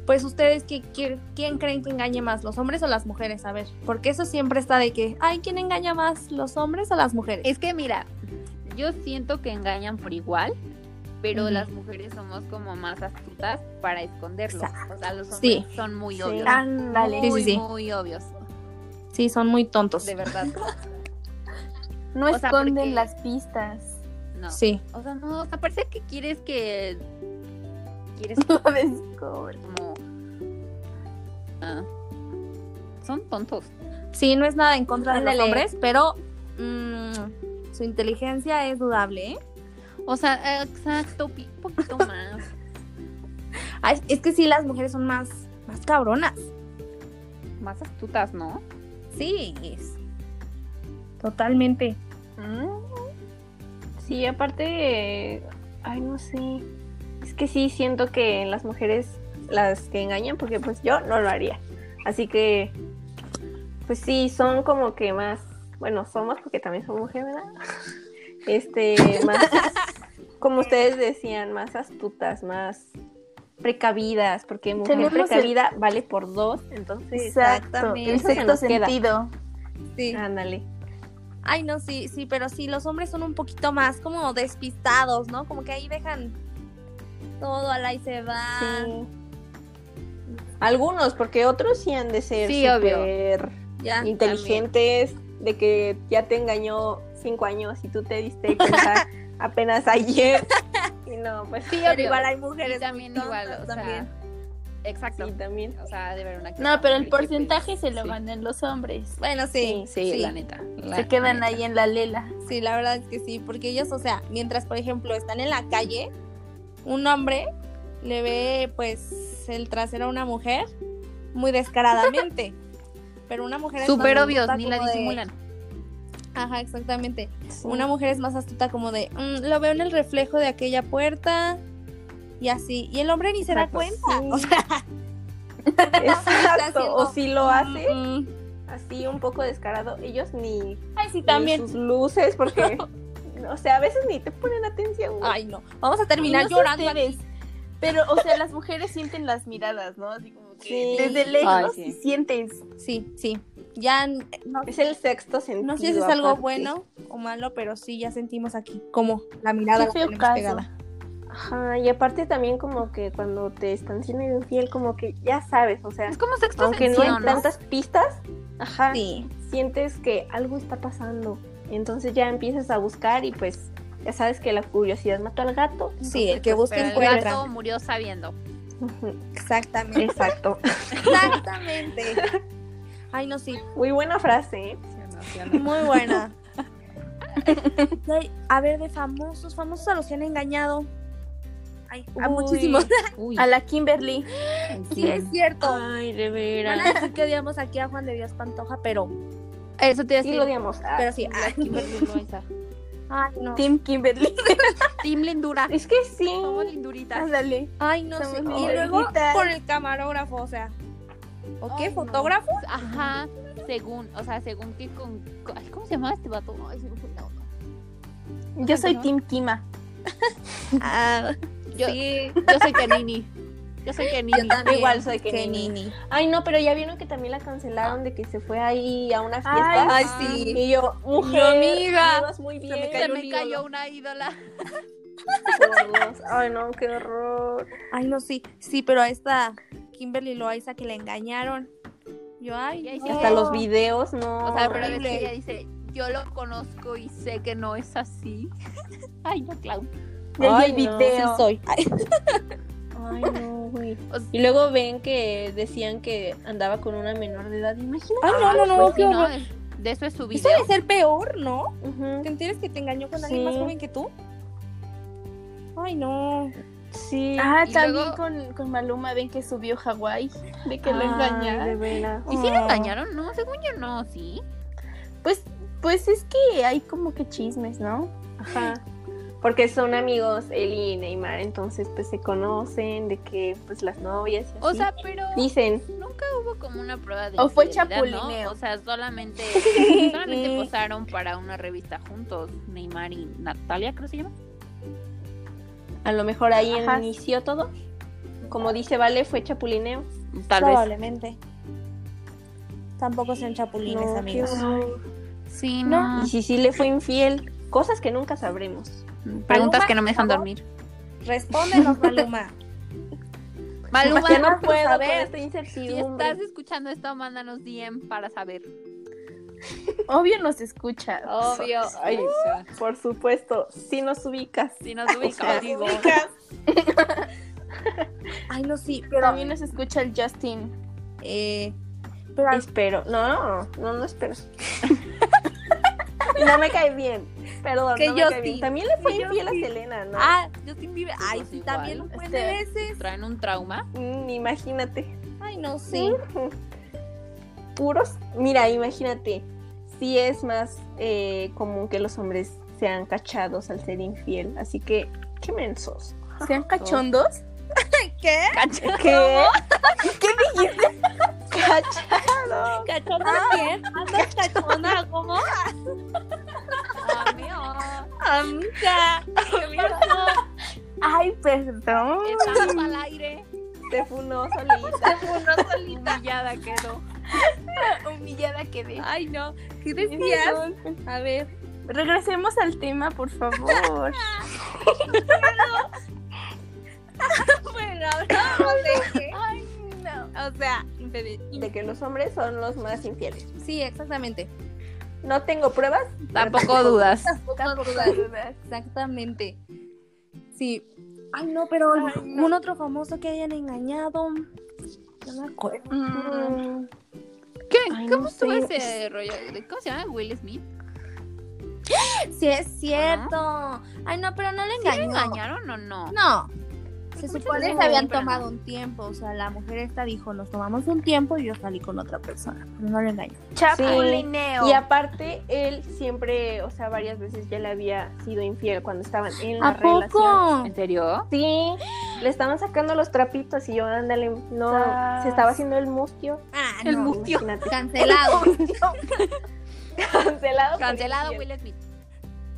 S1: Pues ustedes qué, qué- quién creen que engañe más, los hombres o las mujeres, a ver, porque eso siempre está de que, ay, ¿quién engaña más, los hombres o las mujeres?
S3: Es que mira, yo siento que engañan por igual, pero
S1: Ujú.
S3: las mujeres somos como más astutas para esconderlo. O sea, los hombres
S1: Sí.
S3: son muy
S2: Sí.
S3: obvios.
S4: Ándale.
S1: Sí,
S3: Muy,
S1: sí, Pues sí.
S3: muy obvios.
S1: Sí, son muy tontos.
S3: De verdad.
S4: No
S3: O sea,
S4: esconden
S3: porque-
S4: las pistas.
S3: No.
S1: Sí.
S3: O sea, no, o sea, parece que quieres que. Quieres
S4: No descubren.
S3: como. Ah. Son tontos.
S1: Sí, no es nada en contra de los
S2: Ándale.
S1: hombres, pero mm, su inteligencia es dudable, ¿eh?
S3: O sea, exacto, pi- un poquito más.
S1: Ay, es que sí, las mujeres son más, más cabronas.
S3: más astutas, ¿no?
S1: Sí, es. Totalmente.
S2: Mm. Sí, aparte, ay, no sé. Es que sí siento que las mujeres las que engañan, porque pues yo no lo haría. Así que, pues sí, son como que más, bueno, somos, porque también soy mujer, ¿verdad? Este, más, como ustedes decían, más astutas, más precavidas, porque mujer
S4: Tenemos el-
S2: precavida vale por dos, entonces,
S4: Exacto,
S1: Exactamente.
S4: el
S2: Eso se
S4: sexto
S2: nos queda.
S4: sentido.
S1: Sí.
S2: ándale.
S1: Ay, no, sí, sí, pero sí, los hombres son un poquito más como despistados, ¿no? Como que ahí dejan todo al ahí se va.
S2: Sí. Algunos, porque otros sí han de ser
S3: Sí, obvio.
S1: Ah,
S2: súper
S1: Ya.
S2: inteligentes, de que ya te engañó cinco años y tú te diste cuenta apenas ayer. Y no, pues
S3: Sí,
S1: Pero
S3: obvio.
S1: igual hay
S3: Y
S1: mujeres
S3: también
S1: muy
S3: igual,
S1: tontas
S3: o sea,
S1: también.
S3: exacto.
S2: sí, también.
S3: O sea, ha de haber una que
S4: No, pero el
S3: otra, que,
S4: porcentaje
S3: pues,
S4: se lo
S3: sí.
S4: ganan los hombres.
S1: Bueno, sí,
S3: Sí,
S1: sí,
S3: la neta. la
S4: Se quedan
S3: neta.
S4: ahí en la lela.
S1: sí, la verdad es que sí, porque ellos, o sea, mientras, por ejemplo, están en la calle, un hombre le ve, pues, el trasero a una mujer muy descaradamente. Pero una mujer es más
S3: Súper obvios,
S1: astuta
S3: ni la
S1: como de-
S3: disimulan.
S1: Ajá, exactamente.
S2: Sí.
S1: Una mujer es más astuta como de, "Mm, lo veo en el reflejo de aquella puerta y así. Y el hombre ni se da
S2: Exacto,
S1: cuenta.
S2: sí.
S1: O sea,
S2: Exacto,
S1: haciendo-
S2: o si lo hace
S1: mm,
S2: así un poco descarado, ellos ni,
S4: Ay, sí,
S2: ni
S4: también.
S2: sus luces, porque, o sea, a veces ni te ponen atención. güey.
S1: ay no, vamos a
S4: No
S1: terminar
S4: sé
S1: llorando.
S4: ustedes, Pero, o sea, las mujeres sienten las miradas, ¿no? Así como
S2: Sí.
S4: que desde lejos
S3: Ay, sí.
S4: y sientes.
S1: Sí, sí. Ya n- no,
S2: Es el sexto sentido.
S1: no sé si es algo
S2: aparte.
S1: bueno o malo, pero sí ya sentimos aquí como la mirada
S4: Qué
S1: la
S4: feo
S1: tenemos
S4: caso.
S1: pegada.
S2: Ajá, y aparte también como que cuando te están siendo infiel, como que ya sabes, o sea,
S3: Es como sexto
S2: aunque no
S3: sentido,
S2: hay
S3: ¿no?
S2: tantas pistas,
S3: Ah,
S2: ajá,
S1: Sí.
S2: sientes que algo está pasando. Entonces ya empiezas a buscar y pues ya sabes que la curiosidad mató al gato.
S1: Sí, el que
S3: Pues,
S1: busca
S3: pero El
S1: encuentra.
S3: gato murió sabiendo.
S2: Ujú,
S1: Exactamente.
S2: Exacto.
S1: Exactamente. Ay, no, sí.
S2: Muy buena frase, ¿eh?
S1: Muy buena. Ay, A ver, de famosos, famosos a los que han engañado. Ay, a
S4: Uy.
S1: muchísimos.
S3: Uy,
S4: A la Kimberly.
S1: Sí, es cierto.
S2: Ay, de
S1: Van a decir que odiamos aquí a Juan de Dios Pantoja, pero,
S3: Eso
S2: Sí,
S3: te decía.
S2: lo odiamos. Ah,
S1: pero sí. Ay, ay, no.
S4: Team Kimberly.
S3: Team Lindura.
S2: Es que sí.
S3: Somos linduritas.
S4: Ándale.
S1: Ay, no sé.
S2: Somos
S1: Y luego
S4: gorditas.
S1: por el camarógrafo, o sea. ¿O qué?
S3: Ay, no.
S1: ¿Fotógrafo?
S3: Ajá, según, o sea, según que con... con- ay, ¿Cómo se llamaba este vato? Ay, se me fue la onda.
S4: Yo soy Team Kima.
S1: Ah,
S3: Yo,
S1: sí.
S3: yo soy Kenini. Yo soy Kenini.
S2: Igual soy
S1: Que
S2: Kenini.
S1: Nini.
S2: Ay, no, pero ya vieron que también la cancelaron de que se fue ahí a una
S4: Ay,
S2: fiesta.
S1: Ay,
S3: Ah,
S1: sí.
S2: Y yo, mujer,
S3: amiga.
S2: ibas muy bien.
S1: me
S3: Se
S1: cayó
S3: me cayó una ídola.
S2: Por Dios. Ay, no, qué horror.
S1: Ay, no, sí. Sí, pero a esta Kimberly Loaiza que la engañaron. Yo,
S3: Y
S1: ay,
S3: ahí
S1: no.
S3: sí
S2: Hasta los videos, no.
S3: O sea, pero ves
S1: horrible.
S3: que ella dice, yo lo conozco y sé que no es así. Ay, no, Clau.
S4: Ya
S2: Ay,
S4: el
S2: no.
S1: Sí
S4: video.
S1: soy. Ay,
S2: Ay, no, güey.
S3: O sea,
S2: Y luego ven que decían que andaba con una menor de edad, imagínate.
S1: ay, no, no, no.
S3: pues sí,
S1: qué
S3: ¿no?
S1: horror.
S3: De de eso es su
S1: Eso
S3: video.
S1: debe ser peor, ¿no?
S2: Ujú.
S1: ¿Te enteras que te engañó con alguien más
S2: Sí.
S1: joven que tú? Ay, no.
S2: Sí.
S4: Ah,
S3: Y
S4: también
S3: luego-
S4: con, con Maluma, ven que subió Hawái, de que lo
S2: Ay, de
S4: engañaron.
S2: veras.
S3: ¿Y si lo engañaron? No, según yo no, ¿sí?
S4: Pues, pues es que hay como que chismes, ¿no?
S2: Ajá. Porque son amigos él y Neymar, entonces pues se conocen de que pues las novias y
S3: O
S2: así.
S3: sea, pero
S2: dicen,
S3: nunca hubo como una prueba de
S4: O fue
S3: infidelidad, ¿no?
S4: chapulineo.
S3: O sea, solamente, solamente posaron para una revista juntos, Neymar y Natalia, creo que se llama.
S2: a lo mejor ahí
S4: Ajá.
S2: inició todo. Como dice Vale, fue chapulineo.
S3: Tal vez.
S1: Probablemente. Tampoco sean chapulines,
S2: No, qué
S1: amigos.
S2: horror.
S3: Sí,
S2: Y si sí le fue infiel, cosas que nunca sabremos.
S3: Preguntas
S1: Maluma,
S3: que no me dejan
S1: por
S3: dormir.
S1: Respóndenos, Maluma.
S3: Maluma,
S2: Ya no
S1: vamos a
S2: puedo con
S1: saber.
S2: esta
S3: si
S2: incertidumbre.
S3: estás escuchando esto, mándanos DM para saber.
S4: Obvio nos escucha.
S3: Obvio.
S2: Ay, Por supuesto, si nos ubicas.
S3: Si nos ubicas, digo.
S1: Ay, no, sí,
S4: Pero
S1: pero.
S4: también nos escucha el Justin.
S1: eh, pero al-
S2: Espero. No, no, no espero. no me cae bien. Perdón,
S1: Que
S2: no me
S1: yo
S2: cae bien.
S1: sí.
S2: También le fue
S1: Que yo
S2: infiel a
S1: sí.
S2: Selena, ¿no?
S1: Ah, Justin Bieber. Ay,
S3: Pues
S1: sí,
S3: igual,
S1: también un buen de
S4: este-
S1: veces.
S3: Traen un trauma.
S2: Mm, imagínate. Mm.
S1: Ay, no, sí.
S2: Puros. Mira, imagínate. Sí es más eh, común que los hombres sean cachados al ser infiel. Así que, qué mensos.
S4: ¿Sean cachondos?
S1: ¿Qué?
S2: ¿Qué?
S1: ¿Cachonda quién? ¿Andas cachonda cómo? Amiga.
S4: Ay, perdón.
S3: Estamos al aire.
S2: Te funó solita.
S3: Uno solita. Humillada quedó.
S4: Humillada quedé.
S1: Ay, no. ¿Qué decías? A ver.
S4: Regresemos al tema, por favor.
S1: Bueno, hablábamos de que...
S4: Ay, no.
S1: O sea, infeliz-
S2: De que los hombres son los más infieles.
S1: sí, exactamente.
S2: No tengo pruebas.
S3: Tampoco dudas.
S4: Tampoco
S1: dudas. Exactamente. Sí. Ay, no, pero un otro famoso que hayan engañado. No me acuerdo.
S4: Mm,
S3: ¿Qué?
S2: Ay,
S3: ¿Cómo
S2: no
S3: estuvo
S2: sé.
S3: ese rollo? ¿De- ¿Cómo se llama? Will Smith.
S1: Sí, es cierto. Ay, no, pero no le
S3: ¿Sí le
S1: engañó.
S3: engañaron o no?
S1: No. Se
S3: Muchas
S1: supone
S3: veces
S1: que habían
S3: sí, pero
S1: tomado un tiempo. O sea, la mujer esta dijo, nos tomamos un tiempo y yo salí con otra persona. Pero no le engañó.
S4: Chapulineo.
S2: Y aparte, él siempre, o sea, varias veces ya le había sido infiel cuando estaban en la
S1: ¿A poco?
S3: ¿En serio?
S2: relación. Sí, le estaban sacando los trapitos y yo, ándale, no,
S4: Sas.
S2: se estaba haciendo el mustio.
S1: Ah,
S3: El
S1: no.
S3: mu- Mustio.
S2: Imagínate,
S1: Cancelado.
S2: cancelado. por
S3: Cancelado
S2: infiel.
S3: Will Smith.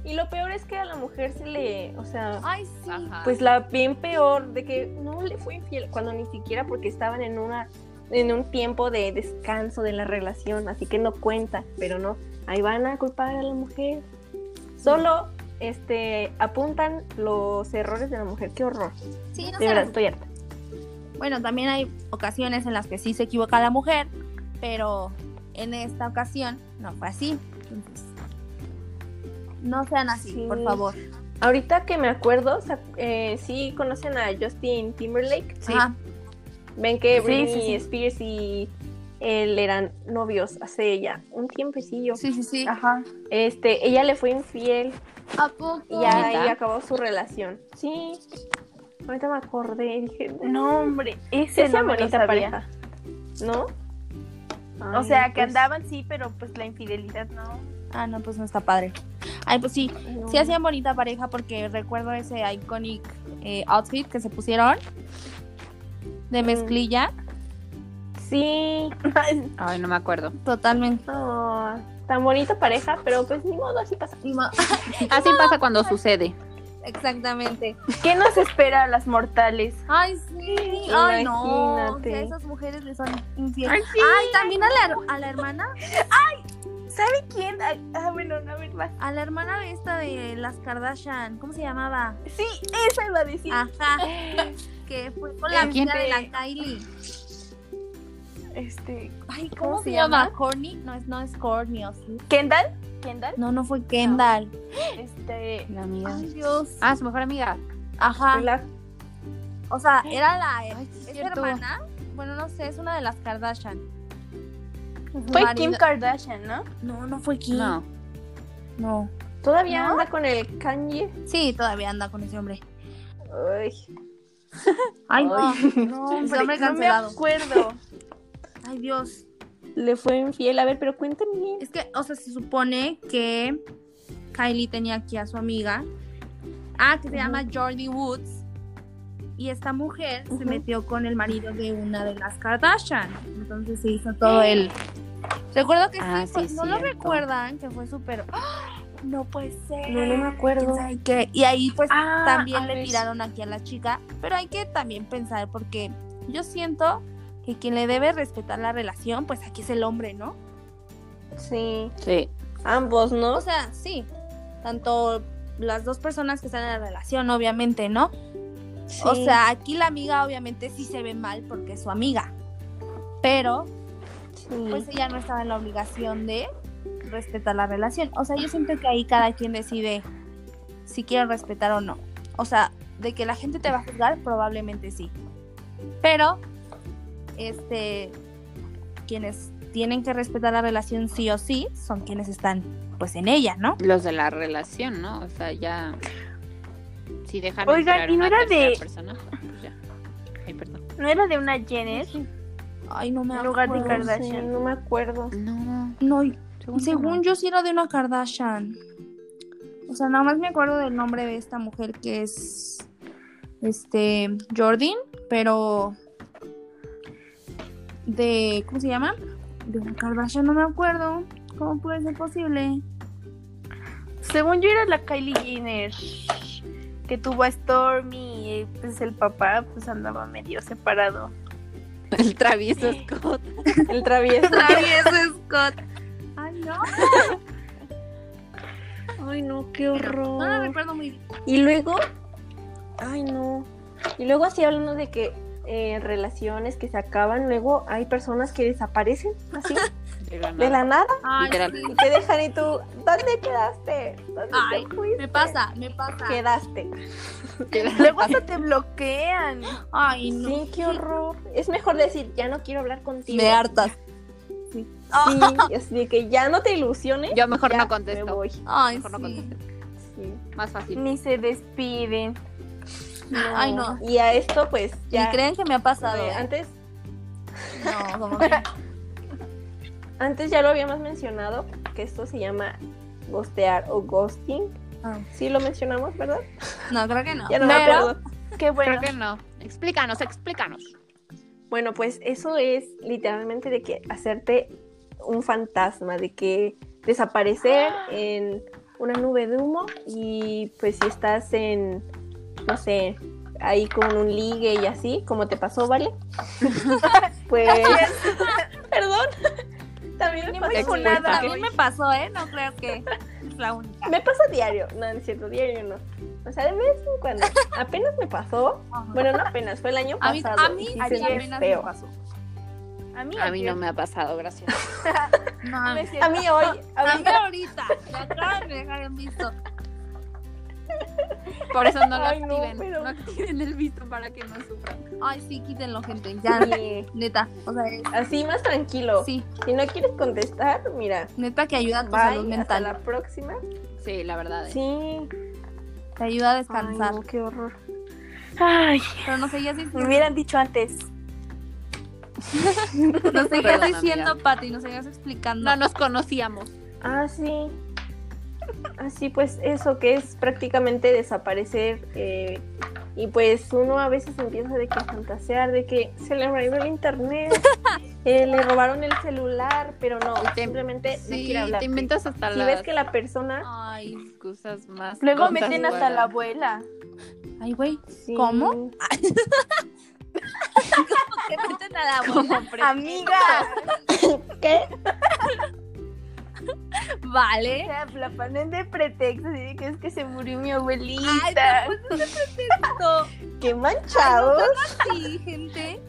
S2: Y lo peor es que a la mujer se le, o sea,
S1: Ay, sí.
S3: Ajá.
S2: pues la bien peor de que no le fue infiel cuando ni siquiera porque estaban en una en un tiempo de descanso de la relación, así que no cuenta, pero no, ahí van a culpar a la mujer. Solo este apuntan los errores de la mujer, qué horror.
S1: Sí, no se
S2: De verdad estoy harta.
S1: Bueno, también hay ocasiones en las que sí se equivoca la mujer, pero en esta ocasión no fue así. Entonces, no sean así,
S2: Sí.
S1: por favor.
S2: Ahorita que me acuerdo, sa- eh, sí conocen a Justin Timberlake.
S1: Ajá.
S2: Ven que
S4: Sí,
S2: Britney
S4: sí, sí.
S2: Spears y él eran novios hace ya un tiempecillo.
S3: Sí, sí,
S1: Ah.
S3: sí.
S4: Ajá.
S2: Este, ella le fue infiel
S3: ¿A poco?
S2: Y ya ahí acabó su relación. Sí. Ahorita me acordé y dije, no,
S4: No, hombre.
S2: sí
S4: Ese
S2: hacían
S4: no me lo
S2: bonita
S4: sabía.
S2: pareja. ¿No?
S4: O
S2: Ay,
S4: sea, que
S2: pues,
S4: andaban sí, pero pues la infidelidad no.
S1: Ah, no, pues no está padre. Ay, pues sí,
S2: no.
S1: sí hacían bonita pareja porque recuerdo ese iconic eh, outfit que se pusieron de mezclilla.
S2: Sí.
S3: Ay, no me acuerdo.
S1: Totalmente.
S2: No, tan bonita pareja, pero pues ni modo, así pasa.
S3: Así pasa cuando sucede.
S1: Exactamente.
S4: ¿Qué nos espera a las mortales?
S1: Ay, sí. Ay, no. O sea,
S2: Imagínate.
S1: esas mujeres le son infieles.
S3: Ay, sí.
S1: Ay, también a la, her- a la hermana
S4: ¿Sabe quién? Ah, ah, bueno, a ver, va.
S1: A la hermana esta de las Kardashian, ¿cómo se llamaba?
S4: Sí, esa iba a decir.
S1: Ajá. Que fue con la
S3: ¿Eh, quién
S1: amiga de
S4: te-
S1: la Kylie.
S4: Este,
S1: Ay, ¿cómo,
S4: ¿cómo
S1: se,
S4: se
S1: llama?
S4: llama?
S1: ¿Corny? No, es, no es Corny, ¿o sí?
S4: ¿Kendall? ¿Kendall?
S1: No, no fue Kendall.
S4: Este,
S3: La amiga.
S1: Ay, Dios.
S3: Ah, su mejor amiga.
S1: Ajá.
S2: La-
S1: O sea, era la
S3: Ay, sí,
S1: ¿es
S3: cierto.
S1: hermana. Bueno, no sé, es una de las Kardashian. Su
S4: fue
S1: marido-
S4: Kim Kardashian, ¿no?
S1: No, no fue Kim.
S3: No.
S1: No.
S2: Todavía
S4: ¿No?
S2: anda con el Kanye.
S1: Sí, todavía anda con ese hombre.
S2: Ay,
S1: Ay, no.
S4: No,
S1: hombre,
S4: no me
S1: cancelado.
S4: acuerdo.
S1: Ay, Dios.
S2: le fue infiel. A ver, pero cuéntame bien.
S1: Es que, o sea, se supone que Kylie tenía aquí a su amiga. Ah, que se llama Jordi Woods. Y esta mujer se
S2: Ujú.
S1: metió con el marido de una de las Kardashian. Entonces se hizo todo el. Recuerdo que
S3: Ah,
S1: sí,
S3: sí,
S1: pues,
S3: es
S1: no lo
S3: cierto.
S1: recuerdan, que fue súper. ¡Ah! No puede ser.
S2: No, no me acuerdo.
S1: ¿Quién sabe qué? Y ahí, pues,
S4: Ah,
S1: también
S4: a
S1: le
S4: ver.
S1: tiraron aquí a la chica, pero hay que también pensar porque yo siento que quien le debe respetar la relación, pues aquí es el hombre, ¿no?
S2: Sí.
S3: Sí.
S2: Ambos, ¿no?
S1: O sea, sí, tanto las dos personas que están en la relación, obviamente, ¿no? O
S2: Sí.
S1: sea, aquí la amiga obviamente sí se ve mal porque es su amiga, pero
S2: Sí.
S1: pues ella no estaba en la obligación de respetar la relación. O sea, yo siento que ahí cada quien decide si quiere respetar o no. O sea, de que la gente te va a juzgar, probablemente sí. Pero, este, quienes tienen que respetar la relación sí o sí son quienes están, pues, en ella, ¿no?
S3: Los de la relación, ¿no? O sea, ya. Si dejan
S4: Oigan,
S3: entrar
S4: ¿y no
S3: una
S4: era
S3: tercera
S4: de-
S3: persona, pues ya. Ay, perdón.
S4: ¿No era de una Jenner?
S1: Ay, no me
S4: En lugar de
S1: acuerdo.
S4: Kardashian.
S2: Ah, Sí, no me acuerdo.
S3: No.
S1: No,
S3: Según,
S1: Según yo sí era de una Kardashian. O sea, nada más me acuerdo del nombre de esta mujer que es este Jordan, pero de, ¿cómo se llama? De la Kardashian no me acuerdo. ¿Cómo puede ser posible?
S4: Según yo era la Kylie Jenner que tuvo a Stormy y pues el papá pues andaba medio separado.
S3: El travieso Scott.
S2: El travieso.
S1: Travieso Scott. Ay, no.
S2: Ay, no, qué
S1: No lo
S2: horror.
S1: recuerdo muy bien.
S2: Y luego, ay, no. Y luego así hablando de que eh, relaciones que se acaban, luego hay personas que desaparecen así
S3: De la
S2: de la
S3: nada.
S2: nada
S1: Ay,
S3: Literal.
S1: sí.
S2: y te dejan y tú, ¿dónde quedaste? ¿Dónde te
S1: Ay,
S2: fuiste?
S1: me pasa, me pasa.
S2: Quedaste.
S4: Luego hasta te bloquean.
S1: Ay, no.
S2: Sí, qué horror. Es mejor decir, ya no quiero hablar contigo.
S1: Me hartas.
S2: Sí, así de que ya no te ilusiones.
S3: Yo mejor
S2: ya
S3: no
S2: Me
S3: contesto.
S2: voy.
S1: Ay,
S3: Mejor no
S1: sí.
S3: contesto.
S2: Sí.
S3: Más fácil.
S4: Ni se despiden.
S1: Ay, no.
S2: Y a esto, pues,
S1: Ni
S2: ya.
S1: crean que me ha pasado.
S2: eh, antes,
S1: No, como que-
S2: antes ya lo habíamos mencionado, que esto se llama ghostear o ghosting.
S1: Ah.
S2: Sí lo mencionamos, ¿verdad?
S1: No, creo que no.
S2: Ya no me
S4: Ah. Pero-
S2: acuerdo.
S4: Qué bueno.
S3: Creo que no. Explícanos, explícanos.
S2: Bueno, pues eso es literalmente de que hacerte un fantasma, de que desaparecer
S4: Ah.
S2: en una nube de humo y pues si estás en, no sé, ahí con un ligue y así, como te pasó, ¿vale? pues... Perdón. También me
S4: muy
S2: pasó,
S4: funada,
S2: porque-
S1: A mí me pasó, ¿eh? No creo que es la única.
S2: Me pasa diario, no, no es cierto, diario no. O sea, de vez en cuando. Apenas me pasó. Bueno, no apenas, fue el año
S1: A mí,
S2: pasado.
S1: a mí
S2: y sí se
S1: ayer
S2: me
S1: apenas me
S2: feo.
S1: pasó.
S4: A mí,
S3: A mí no
S4: ayer.
S3: me ha pasado, gracias.
S1: No,
S4: Ah,
S1: a mí,
S2: A mí hoy,
S1: a mí
S2: ahorita-
S1: ahorita. Me acaban de dejar en visto.
S3: Por eso no lo
S2: Ay, no,
S3: activen. No,
S2: pero-
S3: activen el visto para que no sufran.
S1: Ay, sí, quítenlo, gente. Ya,
S2: Y
S1: neta. O sea, es-
S2: así más tranquilo.
S1: sí.
S2: Si no quieres contestar, mira,
S1: Neta que ayuda a tu salud
S2: bye, hasta
S1: mental.
S2: la próxima.
S3: Sí, la verdad. ¿eh?
S2: Sí.
S1: Te ayuda a
S2: Ay,
S1: descansar.
S2: no, qué horror.
S4: Ay,
S1: Pero no seguías
S4: me
S1: diciendo,
S4: hubieran dicho antes.
S3: eh.
S1: no seguías
S3: Perdón,
S1: diciendo
S3: amiga.
S1: Pati, no seguías explicando.
S3: No nos conocíamos.
S2: Ah, sí. Así pues, eso que es prácticamente desaparecer. eh, y pues uno a veces empieza de que a fantasear, de que se le robó el internet, eh, le robaron el celular, pero no,
S3: Y te-
S2: simplemente no
S3: Sí,
S2: quiere hablar.
S3: te inventas hasta
S2: si
S3: las
S2: ves que la persona...
S1: Ay,
S3: excusas más.
S4: Luego
S3: tontas,
S4: meten hasta
S3: güey.
S4: la abuela.
S1: ay, güey.
S2: sí.
S1: ¿Cómo? Que meten a la abuela.
S4: Amiga.
S2: ¿Qué?
S4: O
S1: Vale.
S4: sea, La ponen de pretexto, así de que es que se murió mi
S1: Ay,
S4: abuelita.
S1: pero pues ese pretexto.
S2: ¿Qué manchados?
S1: Sí, gente.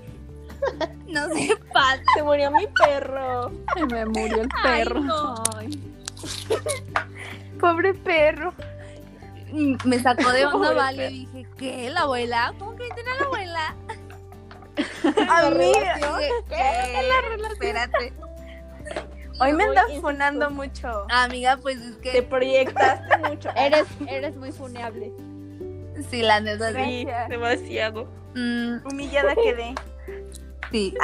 S1: No se pasa.
S2: Se murió mi perro.
S3: Se me murió el
S1: Ay,
S3: perro.
S1: no.
S3: Ay.
S4: Pobre perro.
S1: Mm, Me sacó de onda,
S2: Pobre
S1: vale. Dije, ¿qué? ¿La abuela? ¿Cómo que meten a la abuela?
S4: Amiga.
S1: ¿Qué? Espérate.
S4: Hoy me
S2: Muy
S4: andan
S2: injusto.
S4: fonando mucho.
S3: Ah,
S1: Amiga, pues es
S2: Te
S1: que
S2: proyectaste mucho.
S3: Eres, eres muy funeable.
S1: sí, la neta sí.
S2: Sí,
S4: Gracias.
S2: demasiado.
S1: Mm,
S4: Humillada quedé.
S1: sí.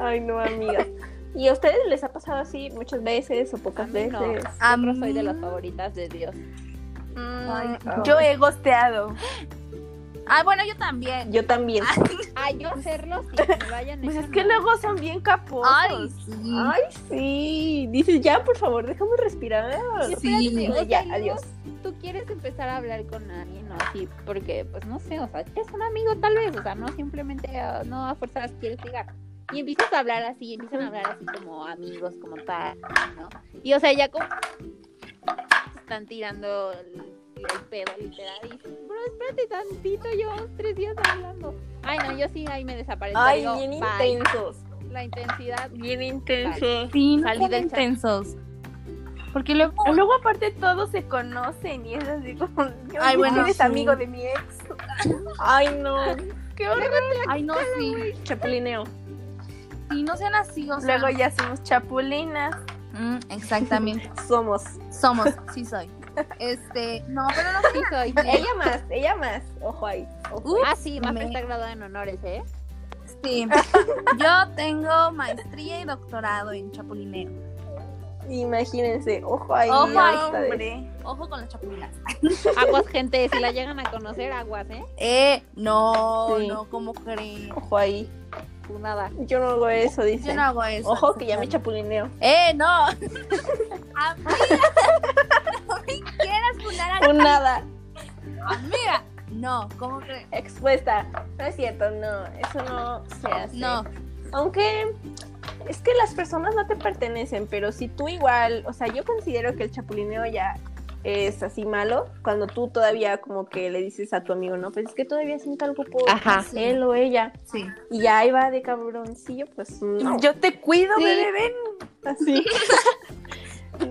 S2: Ay, no, amigas. ¿Y a ustedes les ha pasado así muchas veces o pocas
S3: A mí
S2: veces?
S3: no.
S1: A
S3: Yo soy de las
S1: mí-
S3: favoritas de Dios.
S4: Mm,
S1: Ay,
S2: no.
S4: yo he gosteado.
S1: Ah, bueno, yo también.
S2: Yo también.
S3: Ah, yo hacerlo si me vayan
S4: Pues es que luego son bien caposos.
S1: Ay, sí.
S2: Ay, sí. Dices, ya, por favor, déjame respirar.
S1: sí.
S2: Digo, ya, adiós.
S3: Tú quieres empezar a hablar con alguien, ¿no? Así, porque, pues no sé, o sea, es un amigo tal vez, o sea, no simplemente, ah, no a fuerzas quieres llegar. Y empiezas a hablar así, empiezan a hablar así como amigos, como tal, ¿no? Y o sea, ya como. Están tirando el, el pedo, literal. Y dices, bro, espérate tantito, llevamos tres días hablando. Ay, no, yo sí, ahí me desaparezco.
S2: Ay,
S3: digo,
S2: bien
S3: bye.
S2: intensos.
S3: La intensidad.
S2: Bien
S3: intensos.
S1: Sí, no
S3: Salí
S1: son
S3: del chat.
S1: intensos. Porque luego.
S4: Luego aparte todos se conocen y es así como... "Oye,
S1: Ay, bueno,
S4: eres
S1: sí.
S4: amigo de mi ex.
S2: Ay, no.
S4: Qué horror.
S1: Ay, no, sí.
S2: Chapulineo.
S1: Sí, no sean así, o sea.
S4: Luego Pues ya somos chapulinas.
S1: Mm, exactamente.
S2: Somos.
S1: Somos, sí soy. Este, no, pero no
S3: Sí,
S1: sean
S3: soy.
S2: Ella más, ella más. Ojo ahí. Ojo.
S1: Uy,
S3: Ah, sí, Mafe
S1: me-
S3: está graduada en honores, ¿eh?
S1: así. Yo tengo maestría y doctorado en chapulineo.
S2: Imagínense, ojo ahí.
S1: Ojo ahí,
S2: amistades.
S4: Hombre.
S1: Ojo con las chapulinas.
S3: Aguas, gente, si la llegan a conocer, aguas, ¿eh?
S1: Eh, no,
S2: Sí.
S1: no, ¿cómo creen?
S2: Ojo ahí.
S3: Pues nada.
S2: Yo no hago eso,
S1: Yo
S2: dice.
S1: no hago eso.
S2: Ojo que ya me chapulineo.
S1: Eh, no. A mí, no me quieras funar a
S2: Un nada.
S1: Amiga. No, ¿cómo creen?
S2: Expuesta. No es cierto, no. Eso no se hace.
S1: No,
S2: Aunque es que las personas no te pertenecen, pero si tú igual, o sea, yo considero que el chapulineo ya es así malo cuando tú todavía como que le dices a tu amigo, no, pues es que todavía siento algo por
S3: Ajá.
S1: Sí.
S2: él o ella
S1: sí.
S2: y ya ahí va de cabroncillo, pues no.
S4: Yo te cuido,
S3: Sí.
S4: bebé, ven.
S2: Así.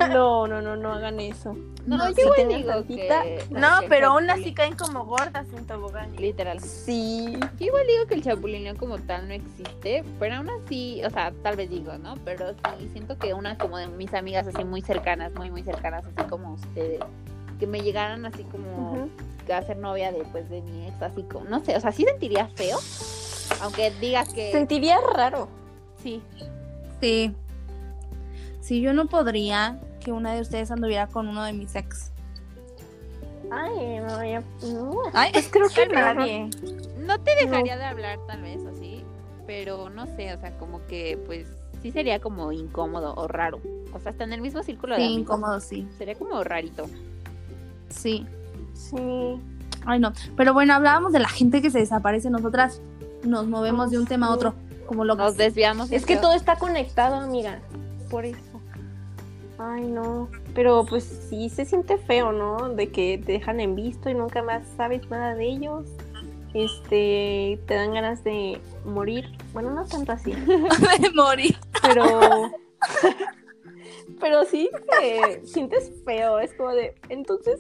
S2: No, no, no, no hagan eso.
S3: No,
S1: No,
S3: yo
S1: si
S3: igual
S2: tengan
S3: digo
S2: tantita-
S3: que...
S4: No,
S3: que
S4: pero
S3: chapulín-
S4: aún así caen como gordas en tobogán.
S3: Literal.
S2: Sí.
S3: Yo igual digo que el chapulineo como tal no existe, pero aún así, o sea, tal vez digo, ¿no? Pero sí, siento que una como de mis amigas así muy cercanas, muy, muy cercanas, así como ustedes, que me llegaran así como
S2: Ujú.
S3: a ser novia de, pues, de mi ex, así como, no sé, o sea, sí sentiría feo, aunque digas que
S2: Sentiría raro.
S3: sí,
S1: Sí. Sí, yo no podría que una de ustedes anduviera con uno de mis ex.
S2: Ay, no, ya. No. Pues
S1: Ay,
S2: Creo que
S1: Ay, no, no.
S2: nadie.
S3: no te dejaría de hablar tal vez, así, pero no sé, o sea, como que, pues, sí sería como incómodo o raro, o sea, hasta en el mismo círculo
S1: sí,
S3: de amigos,
S1: incómodo, sí.
S3: sería como rarito.
S1: Sí.
S2: Sí.
S1: Ay, no. Pero bueno, hablábamos de la gente que se desaparece. Nosotras nos movemos de un tema a otro, como locas.
S3: Nos desviamos.
S2: Es que
S3: mucho.
S2: todo está conectado, amiga. Por eso. Ay, no. Pero pues sí se siente feo, ¿no? De que te dejan en visto y nunca más sabes nada de ellos. Este, te dan ganas de morir. Bueno, no tanto así,
S1: de morir.
S2: pero pero sí te sientes feo, es como de, entonces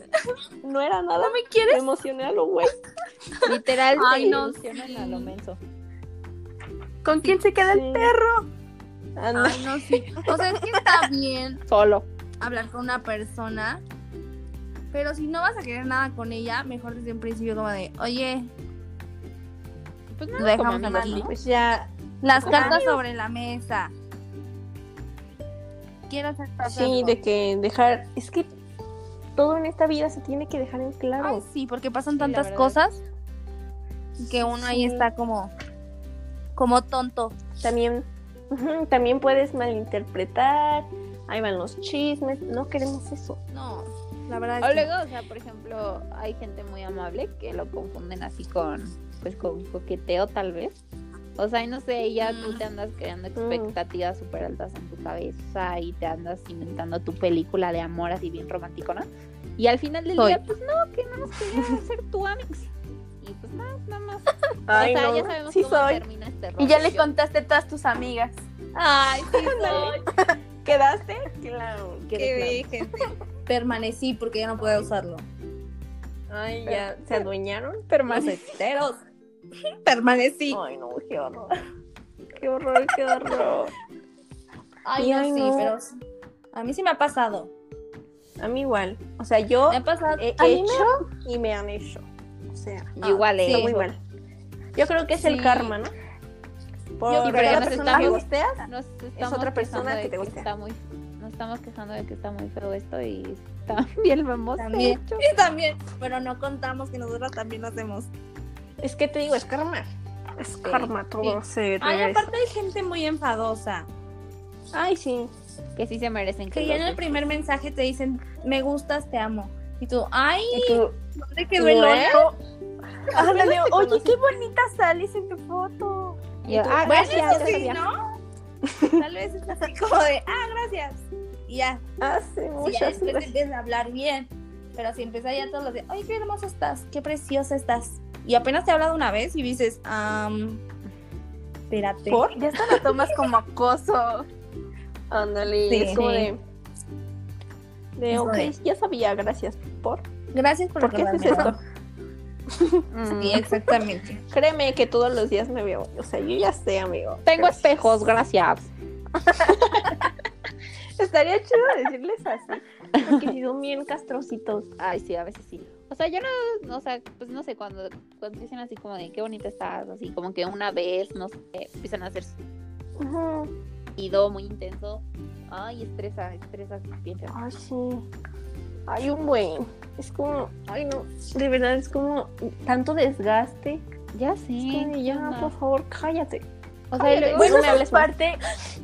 S2: no era nada.
S1: ¿No me quieres?
S2: Me emocioné a lo güey.
S3: Literal,
S1: Ay,
S3: te
S1: no,
S3: ilusionan a lo
S1: sí.
S3: menso.
S4: ¿Con quién se queda el
S2: Sí. Ah,
S4: perro?
S2: Anda.
S1: Ay, no, sí. O sea, es que está bien
S3: Solo.
S1: hablar con una persona, pero si no vas a querer nada con ella, mejor desde un principio como de, oye,
S3: Pues
S1: Lo
S3: no,
S1: dejamos
S3: como
S1: en
S3: amigos,
S1: el-
S3: ¿no?
S2: Pues ya,
S1: las
S2: Ajá.
S1: cartas sobre la mesa. Quiero hacer pasar
S2: sí,
S1: algo.
S2: de que dejar, es que todo en esta vida se tiene que dejar en claro.
S1: Ay, sí, porque pasan
S3: Sí, la
S1: tantas
S3: verdad.
S1: cosas que uno ahí
S2: Sí.
S1: está como como tonto.
S2: también, ujú, también puedes malinterpretar, ahí van los chismes, no queremos eso.
S1: No, la verdad
S3: O
S1: es que
S3: luego, o sea, por ejemplo, hay gente muy amable que lo confunden así con, pues con coqueteo tal vez. O sea, y no sé, y ya tú
S1: Mm.
S3: te andas creando expectativas súper altas en tu cabeza y te andas inventando tu película de amor así bien romántico, ¿no? Y al final del
S1: Soy.
S3: día, pues no, que no nos quería ser tu amix. Y pues nada, nada más.
S2: Ay,
S3: o sea,
S2: no,
S3: ya sabemos
S2: sí
S3: cómo
S2: soy.
S3: termina este rollo.
S4: Y ya le
S3: Yo-
S4: contaste a todas tus amigas.
S3: Ay, sí soy.
S2: ¿Quedaste? Claro.
S3: Qué
S1: permanecí porque ya no puedo usarlo.
S2: Ay, ya, ¿se adueñaron?
S1: Los solteros. permanecí.
S2: Ay, no, qué horror. Qué horror, qué horror.
S1: Ay, no,
S2: Ay,
S1: sí,
S2: no.
S1: pero a mí sí me ha pasado.
S2: A mí igual. O sea, yo
S1: Me ha pasado.
S2: he
S1: a mí me-
S2: hecho y me han hecho. O sea,
S1: Ah,
S3: Igual
S1: sí.
S3: es.
S2: está muy mal. Yo creo que es el
S1: Sí.
S2: karma, ¿no?
S3: Yo
S2: Por cada
S3: creo que nos
S2: persona que
S3: estamos-
S2: gusteas,
S3: Nos estamos
S2: otra persona
S3: quejando de
S2: que te gusta.
S3: está muy, nos estamos quejando de que está muy feo esto y está bien famoso.
S1: También. Sí, también. Pero no contamos que nosotros también lo hacemos.
S2: es que te digo, es karma. Es karma, todo se
S1: Ay,
S2: regresa.
S1: aparte hay gente muy enfadosa.
S2: Ay, sí.
S3: Que sí se merecen.
S1: Que
S3: que
S1: ya en
S3: los
S1: el primer mensaje te dicen, me gustas, te amo. Y tú, ay,
S2: Y tú,
S1: ¿dónde quedó el
S2: ¿eh?
S1: otro?
S2: Ándale,
S4: Oye, qué bonita sales en tu foto.
S3: Y yo,
S2: tú,
S3: ah,
S1: Bueno,
S2: gracias,
S1: eso sí,
S2: gracias.
S1: ¿no? Tal vez es así como de, ah, gracias. Y ya, y
S2: Hace
S1: ya
S2: muchas
S1: después
S2: gracias.
S1: empiezas pues, a hablar bien. Pero si empieza ya todos los días, ay, qué hermosa estás, qué preciosa estás. Y apenas te he hablado una vez y dices, ah, espérate.
S2: ¿Por?
S4: Ya hasta lo tomas como acoso.
S2: Ándale,
S1: Sí.
S2: es como de. De,
S1: Es
S2: ok,
S1: de-
S2: ya sabía, gracias por.
S1: Gracias por,
S2: ¿Por qué haces
S1: recordármelo".
S2: esto?
S3: Mm.
S1: Sí, exactamente.
S2: Créeme que todos los días me veo. O sea, yo ya sé, amigo.
S3: Tengo
S2: Pero
S3: espejos, gracias.
S2: Estaría chido decirles así. Porque si son bien castrocitos.
S3: Ay, sí, a veces sí. O sea, yo no, o sea, pues no sé, cuando, cuando dicen así como de qué bonita estás, así como que una vez, no sé, empiezan a hacer
S2: Ujú.
S3: ido muy intenso. Ay, estresa, estresa, bien feo.
S2: Ay, sí. Hay un buen. Es como, ay, no. De verdad, es como tanto desgaste.
S3: Ya
S2: Es como,
S3: sé.
S2: de, ya, por favor, cállate.
S3: "Ah". O sea, y luego-
S2: Bueno,
S4: Bueno,
S2: no me
S4: esa
S2: hables
S4: es parte,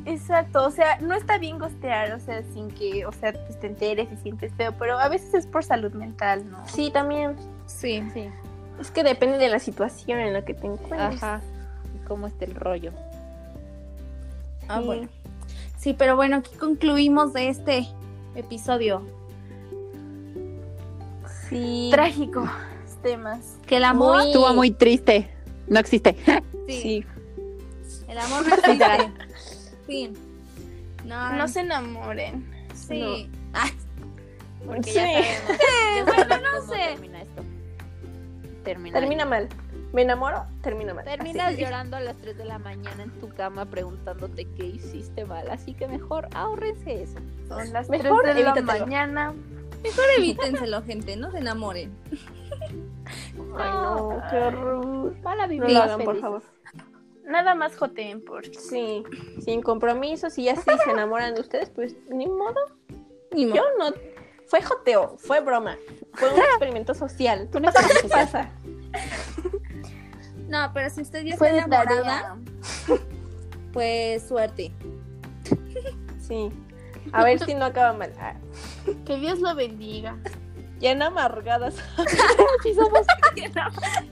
S4: exacto, o sea, no está bien gostear, o sea, sin que, o sea, pues, te enteres y sientes feo, pero a veces es por salud mental, ¿no?
S2: Sí, también.
S1: Sí.
S3: Sí,
S2: Es que depende de la situación en la que te encuentres.
S3: ajá. ¿Y cómo está el rollo?
S1: Ah,
S2: Sí.
S1: bueno. Sí, pero bueno, aquí concluimos de este episodio.
S4: Sí. Trágicos temas.
S1: Que el amor.
S2: Muy- Estuvo muy
S3: triste. No existe.
S1: sí, El amor no existe.
S4: Literal.
S1: Fin. No,
S4: No se enamoren.
S1: Sí. Ah,
S3: Porque
S2: Sí.
S3: ya sabemos. ya sabemos cómo
S1: sé.
S3: Termina esto. Termina.
S2: Termina mal. Me enamoro, termina mal.
S3: Terminas
S2: Así.
S3: llorando a las 3 de la mañana en tu cama preguntándote qué hiciste mal, así que mejor ahórrense eso.
S4: Son las
S2: Mejor
S4: 3 de la
S2: evítatelo.
S4: mañana.
S1: mejor evítenselo, gente. No se enamoren.
S2: Ay, no, qué horror.
S3: Van a vivir
S2: No lo hagan, por
S3: felices.
S2: favor.
S4: Nada más joteen, por
S2: Sí, sin compromisos. Y ya si se enamoran de ustedes, pues ni modo.
S1: Ni
S2: Yo
S1: modo.
S2: no. Fue joteo, fue broma. Fue un experimento social. ¿Qué pasa?
S1: No, pero si usted ya está
S4: Fue de
S1: enamorada,
S4: tarea.
S1: pues suerte.
S2: Sí. A ver si no acaba mal. Ah,
S4: Que Dios lo bendiga.
S2: Bien amargadas.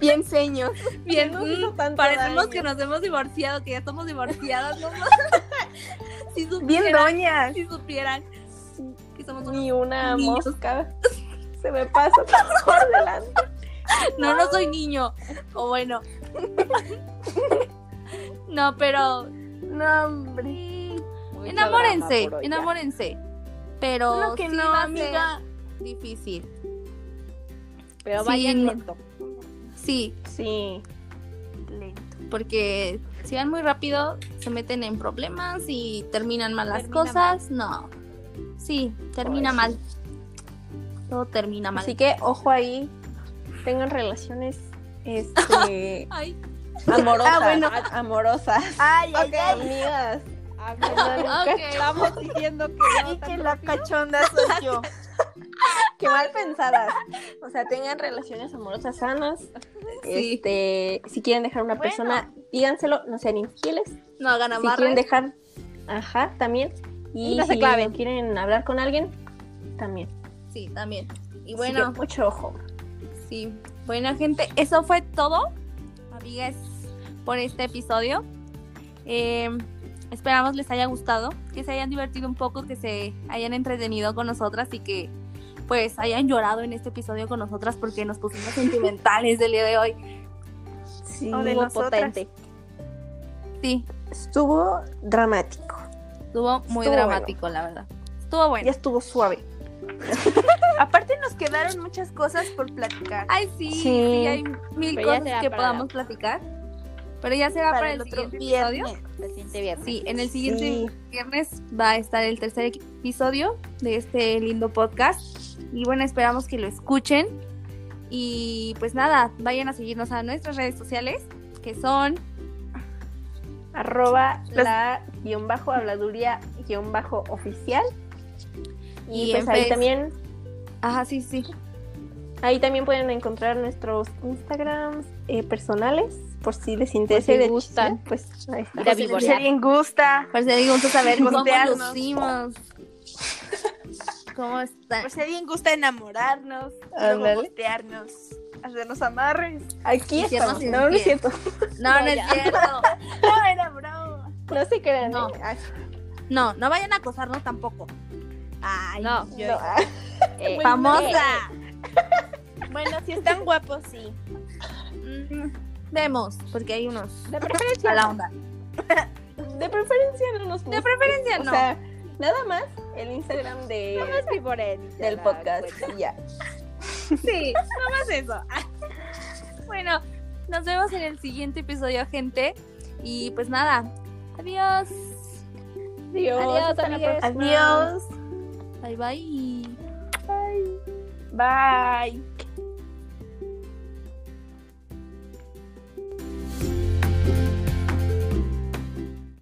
S4: Bien seños.
S1: Bien,
S2: nos hizo
S1: mm,
S2: tanto
S1: parecemos
S2: daño.
S1: que nos hemos divorciado, que ya estamos divorciadas, ¿no? si supieran,
S4: Bien doñas.
S1: si supieran que somos unos-
S2: Ni una
S1: Niños.
S2: mosca se me pasa por delante.
S1: No, no soy niño. O bueno. no, pero
S4: No, hombre.
S1: sí,
S3: Mucho
S1: enamórense,
S3: drama por hoy, ya.
S1: enamórense. Pero
S4: Claro que
S1: sí
S4: no,
S1: va a
S4: amiga.
S1: ser difícil.
S3: Pero
S1: Sí,
S3: vayan
S1: no.
S3: lento.
S1: Sí,
S2: Sí.
S1: porque si van muy rápido se meten en problemas y terminan mal las
S3: Termina
S1: cosas. No. Sí, termina
S2: Ay,
S1: mal. Todo termina mal.
S2: Así que ojo ahí. Tengan relaciones este
S1: Ay,
S2: amorosas,
S4: Ah, bueno.
S2: a- amorosas.
S4: Ay, ay,
S2: Ok,
S4: ay.
S2: amigas.
S1: ah, Ok.
S3: Ah, Estamos diciendo que no
S4: Y que
S3: tan
S4: la
S3: rápido.
S4: cachonda soy yo.
S2: Qué mal pensadas. O sea, tengan relaciones amorosas sanas.
S1: Sí.
S2: Este, si quieren dejar a una
S4: Bueno.
S2: persona, díganselo, no sean infieles.
S1: no hagan
S2: si quieren
S1: amarras.
S2: dejar, ajá, también. Y,
S3: Y no se
S2: si
S3: claven.
S2: quieren hablar con alguien, también.
S1: Sí, también. Y
S2: Así
S1: bueno.
S2: que mucho ojo.
S1: Sí. Bueno, gente, eso fue todo, amigas, por este episodio. Eh, esperamos les haya gustado, que se hayan divertido un poco, que se hayan entretenido con nosotras y que pues hayan llorado en este episodio con nosotras porque nos pusimos sentimentales del día de hoy.
S2: Sí,
S4: O de
S2: estuvo
S4: nosotras.
S2: potente.
S1: Sí,
S2: Estuvo dramático.
S1: estuvo muy
S2: Estuvo
S1: dramático, la verdad. Estuvo bueno.
S2: Ya estuvo suave.
S4: Aparte nos quedaron muchas cosas por platicar.
S1: Ay, sí,
S2: Sí.
S1: sí, hay mil
S3: Pero ya
S1: cosas
S3: será
S1: que
S3: para
S1: podamos platicar. Pero ya será para, el,
S4: otro
S1: siguiente episodio.
S4: viernes.
S3: Se siente bien.
S1: Sí, en el siguiente
S2: Sí.
S1: viernes va a estar el tercer episodio de este lindo podcast. Y bueno, esperamos que lo escuchen. Y pues nada, vayan a seguirnos a nuestras redes sociales, que son
S2: Arroba
S4: Los-
S2: la guión bajo habladuría guión bajo oficial. Y,
S1: Y
S2: pues
S1: en
S2: ahí
S1: Face.
S2: también,
S1: Ajá, sí, sí.
S2: ahí también pueden encontrar nuestros Instagrams eh, personales, por si les interesa.
S3: si
S2: de
S3: gustan.
S2: chisme, Pues ahí está.
S3: Ir a
S4: Si
S3: vivorear.
S4: alguien gusta,
S1: Por si les gusta saber cómo
S4: Gostearnos.
S1: lucimos. ¿Cómo están?
S4: por si alguien gusta enamorarnos,
S2: Ándale.
S4: luego gustearnos, hacernos amarres.
S2: Aquí
S1: Hiciernos
S2: estamos. No, no es
S1: infiel.
S2: cierto.
S1: No, no
S3: Ya.
S1: es cierto.
S4: No, ¡Oh, era broma.
S2: No se crean.
S1: No.
S2: ¿eh? Ay,
S1: No, no vayan a acosarnos tampoco. Ay,
S3: No,
S2: no, ah.
S3: eh,
S1: famosa.
S4: Bueno, si están guapos, sí.
S1: Mm, Vemos, porque hay unos
S2: De
S1: a
S2: preferencia.
S1: la onda.
S2: De preferencia no nos
S1: De
S2: gusta.
S1: preferencia no.
S2: O sea, nada más el Instagram de,
S3: es vivorear y ya
S2: del
S3: la
S2: podcast.
S3: cuenta.
S2: y ya.
S1: Sí, nomás eso. Bueno, nos vemos en el siguiente episodio, gente. Y pues nada, adiós.
S2: Adiós.
S3: Adiós,
S2: hasta la
S3: amigues.
S2: próxima.
S4: Adiós.
S1: Bye bye.
S4: Bye.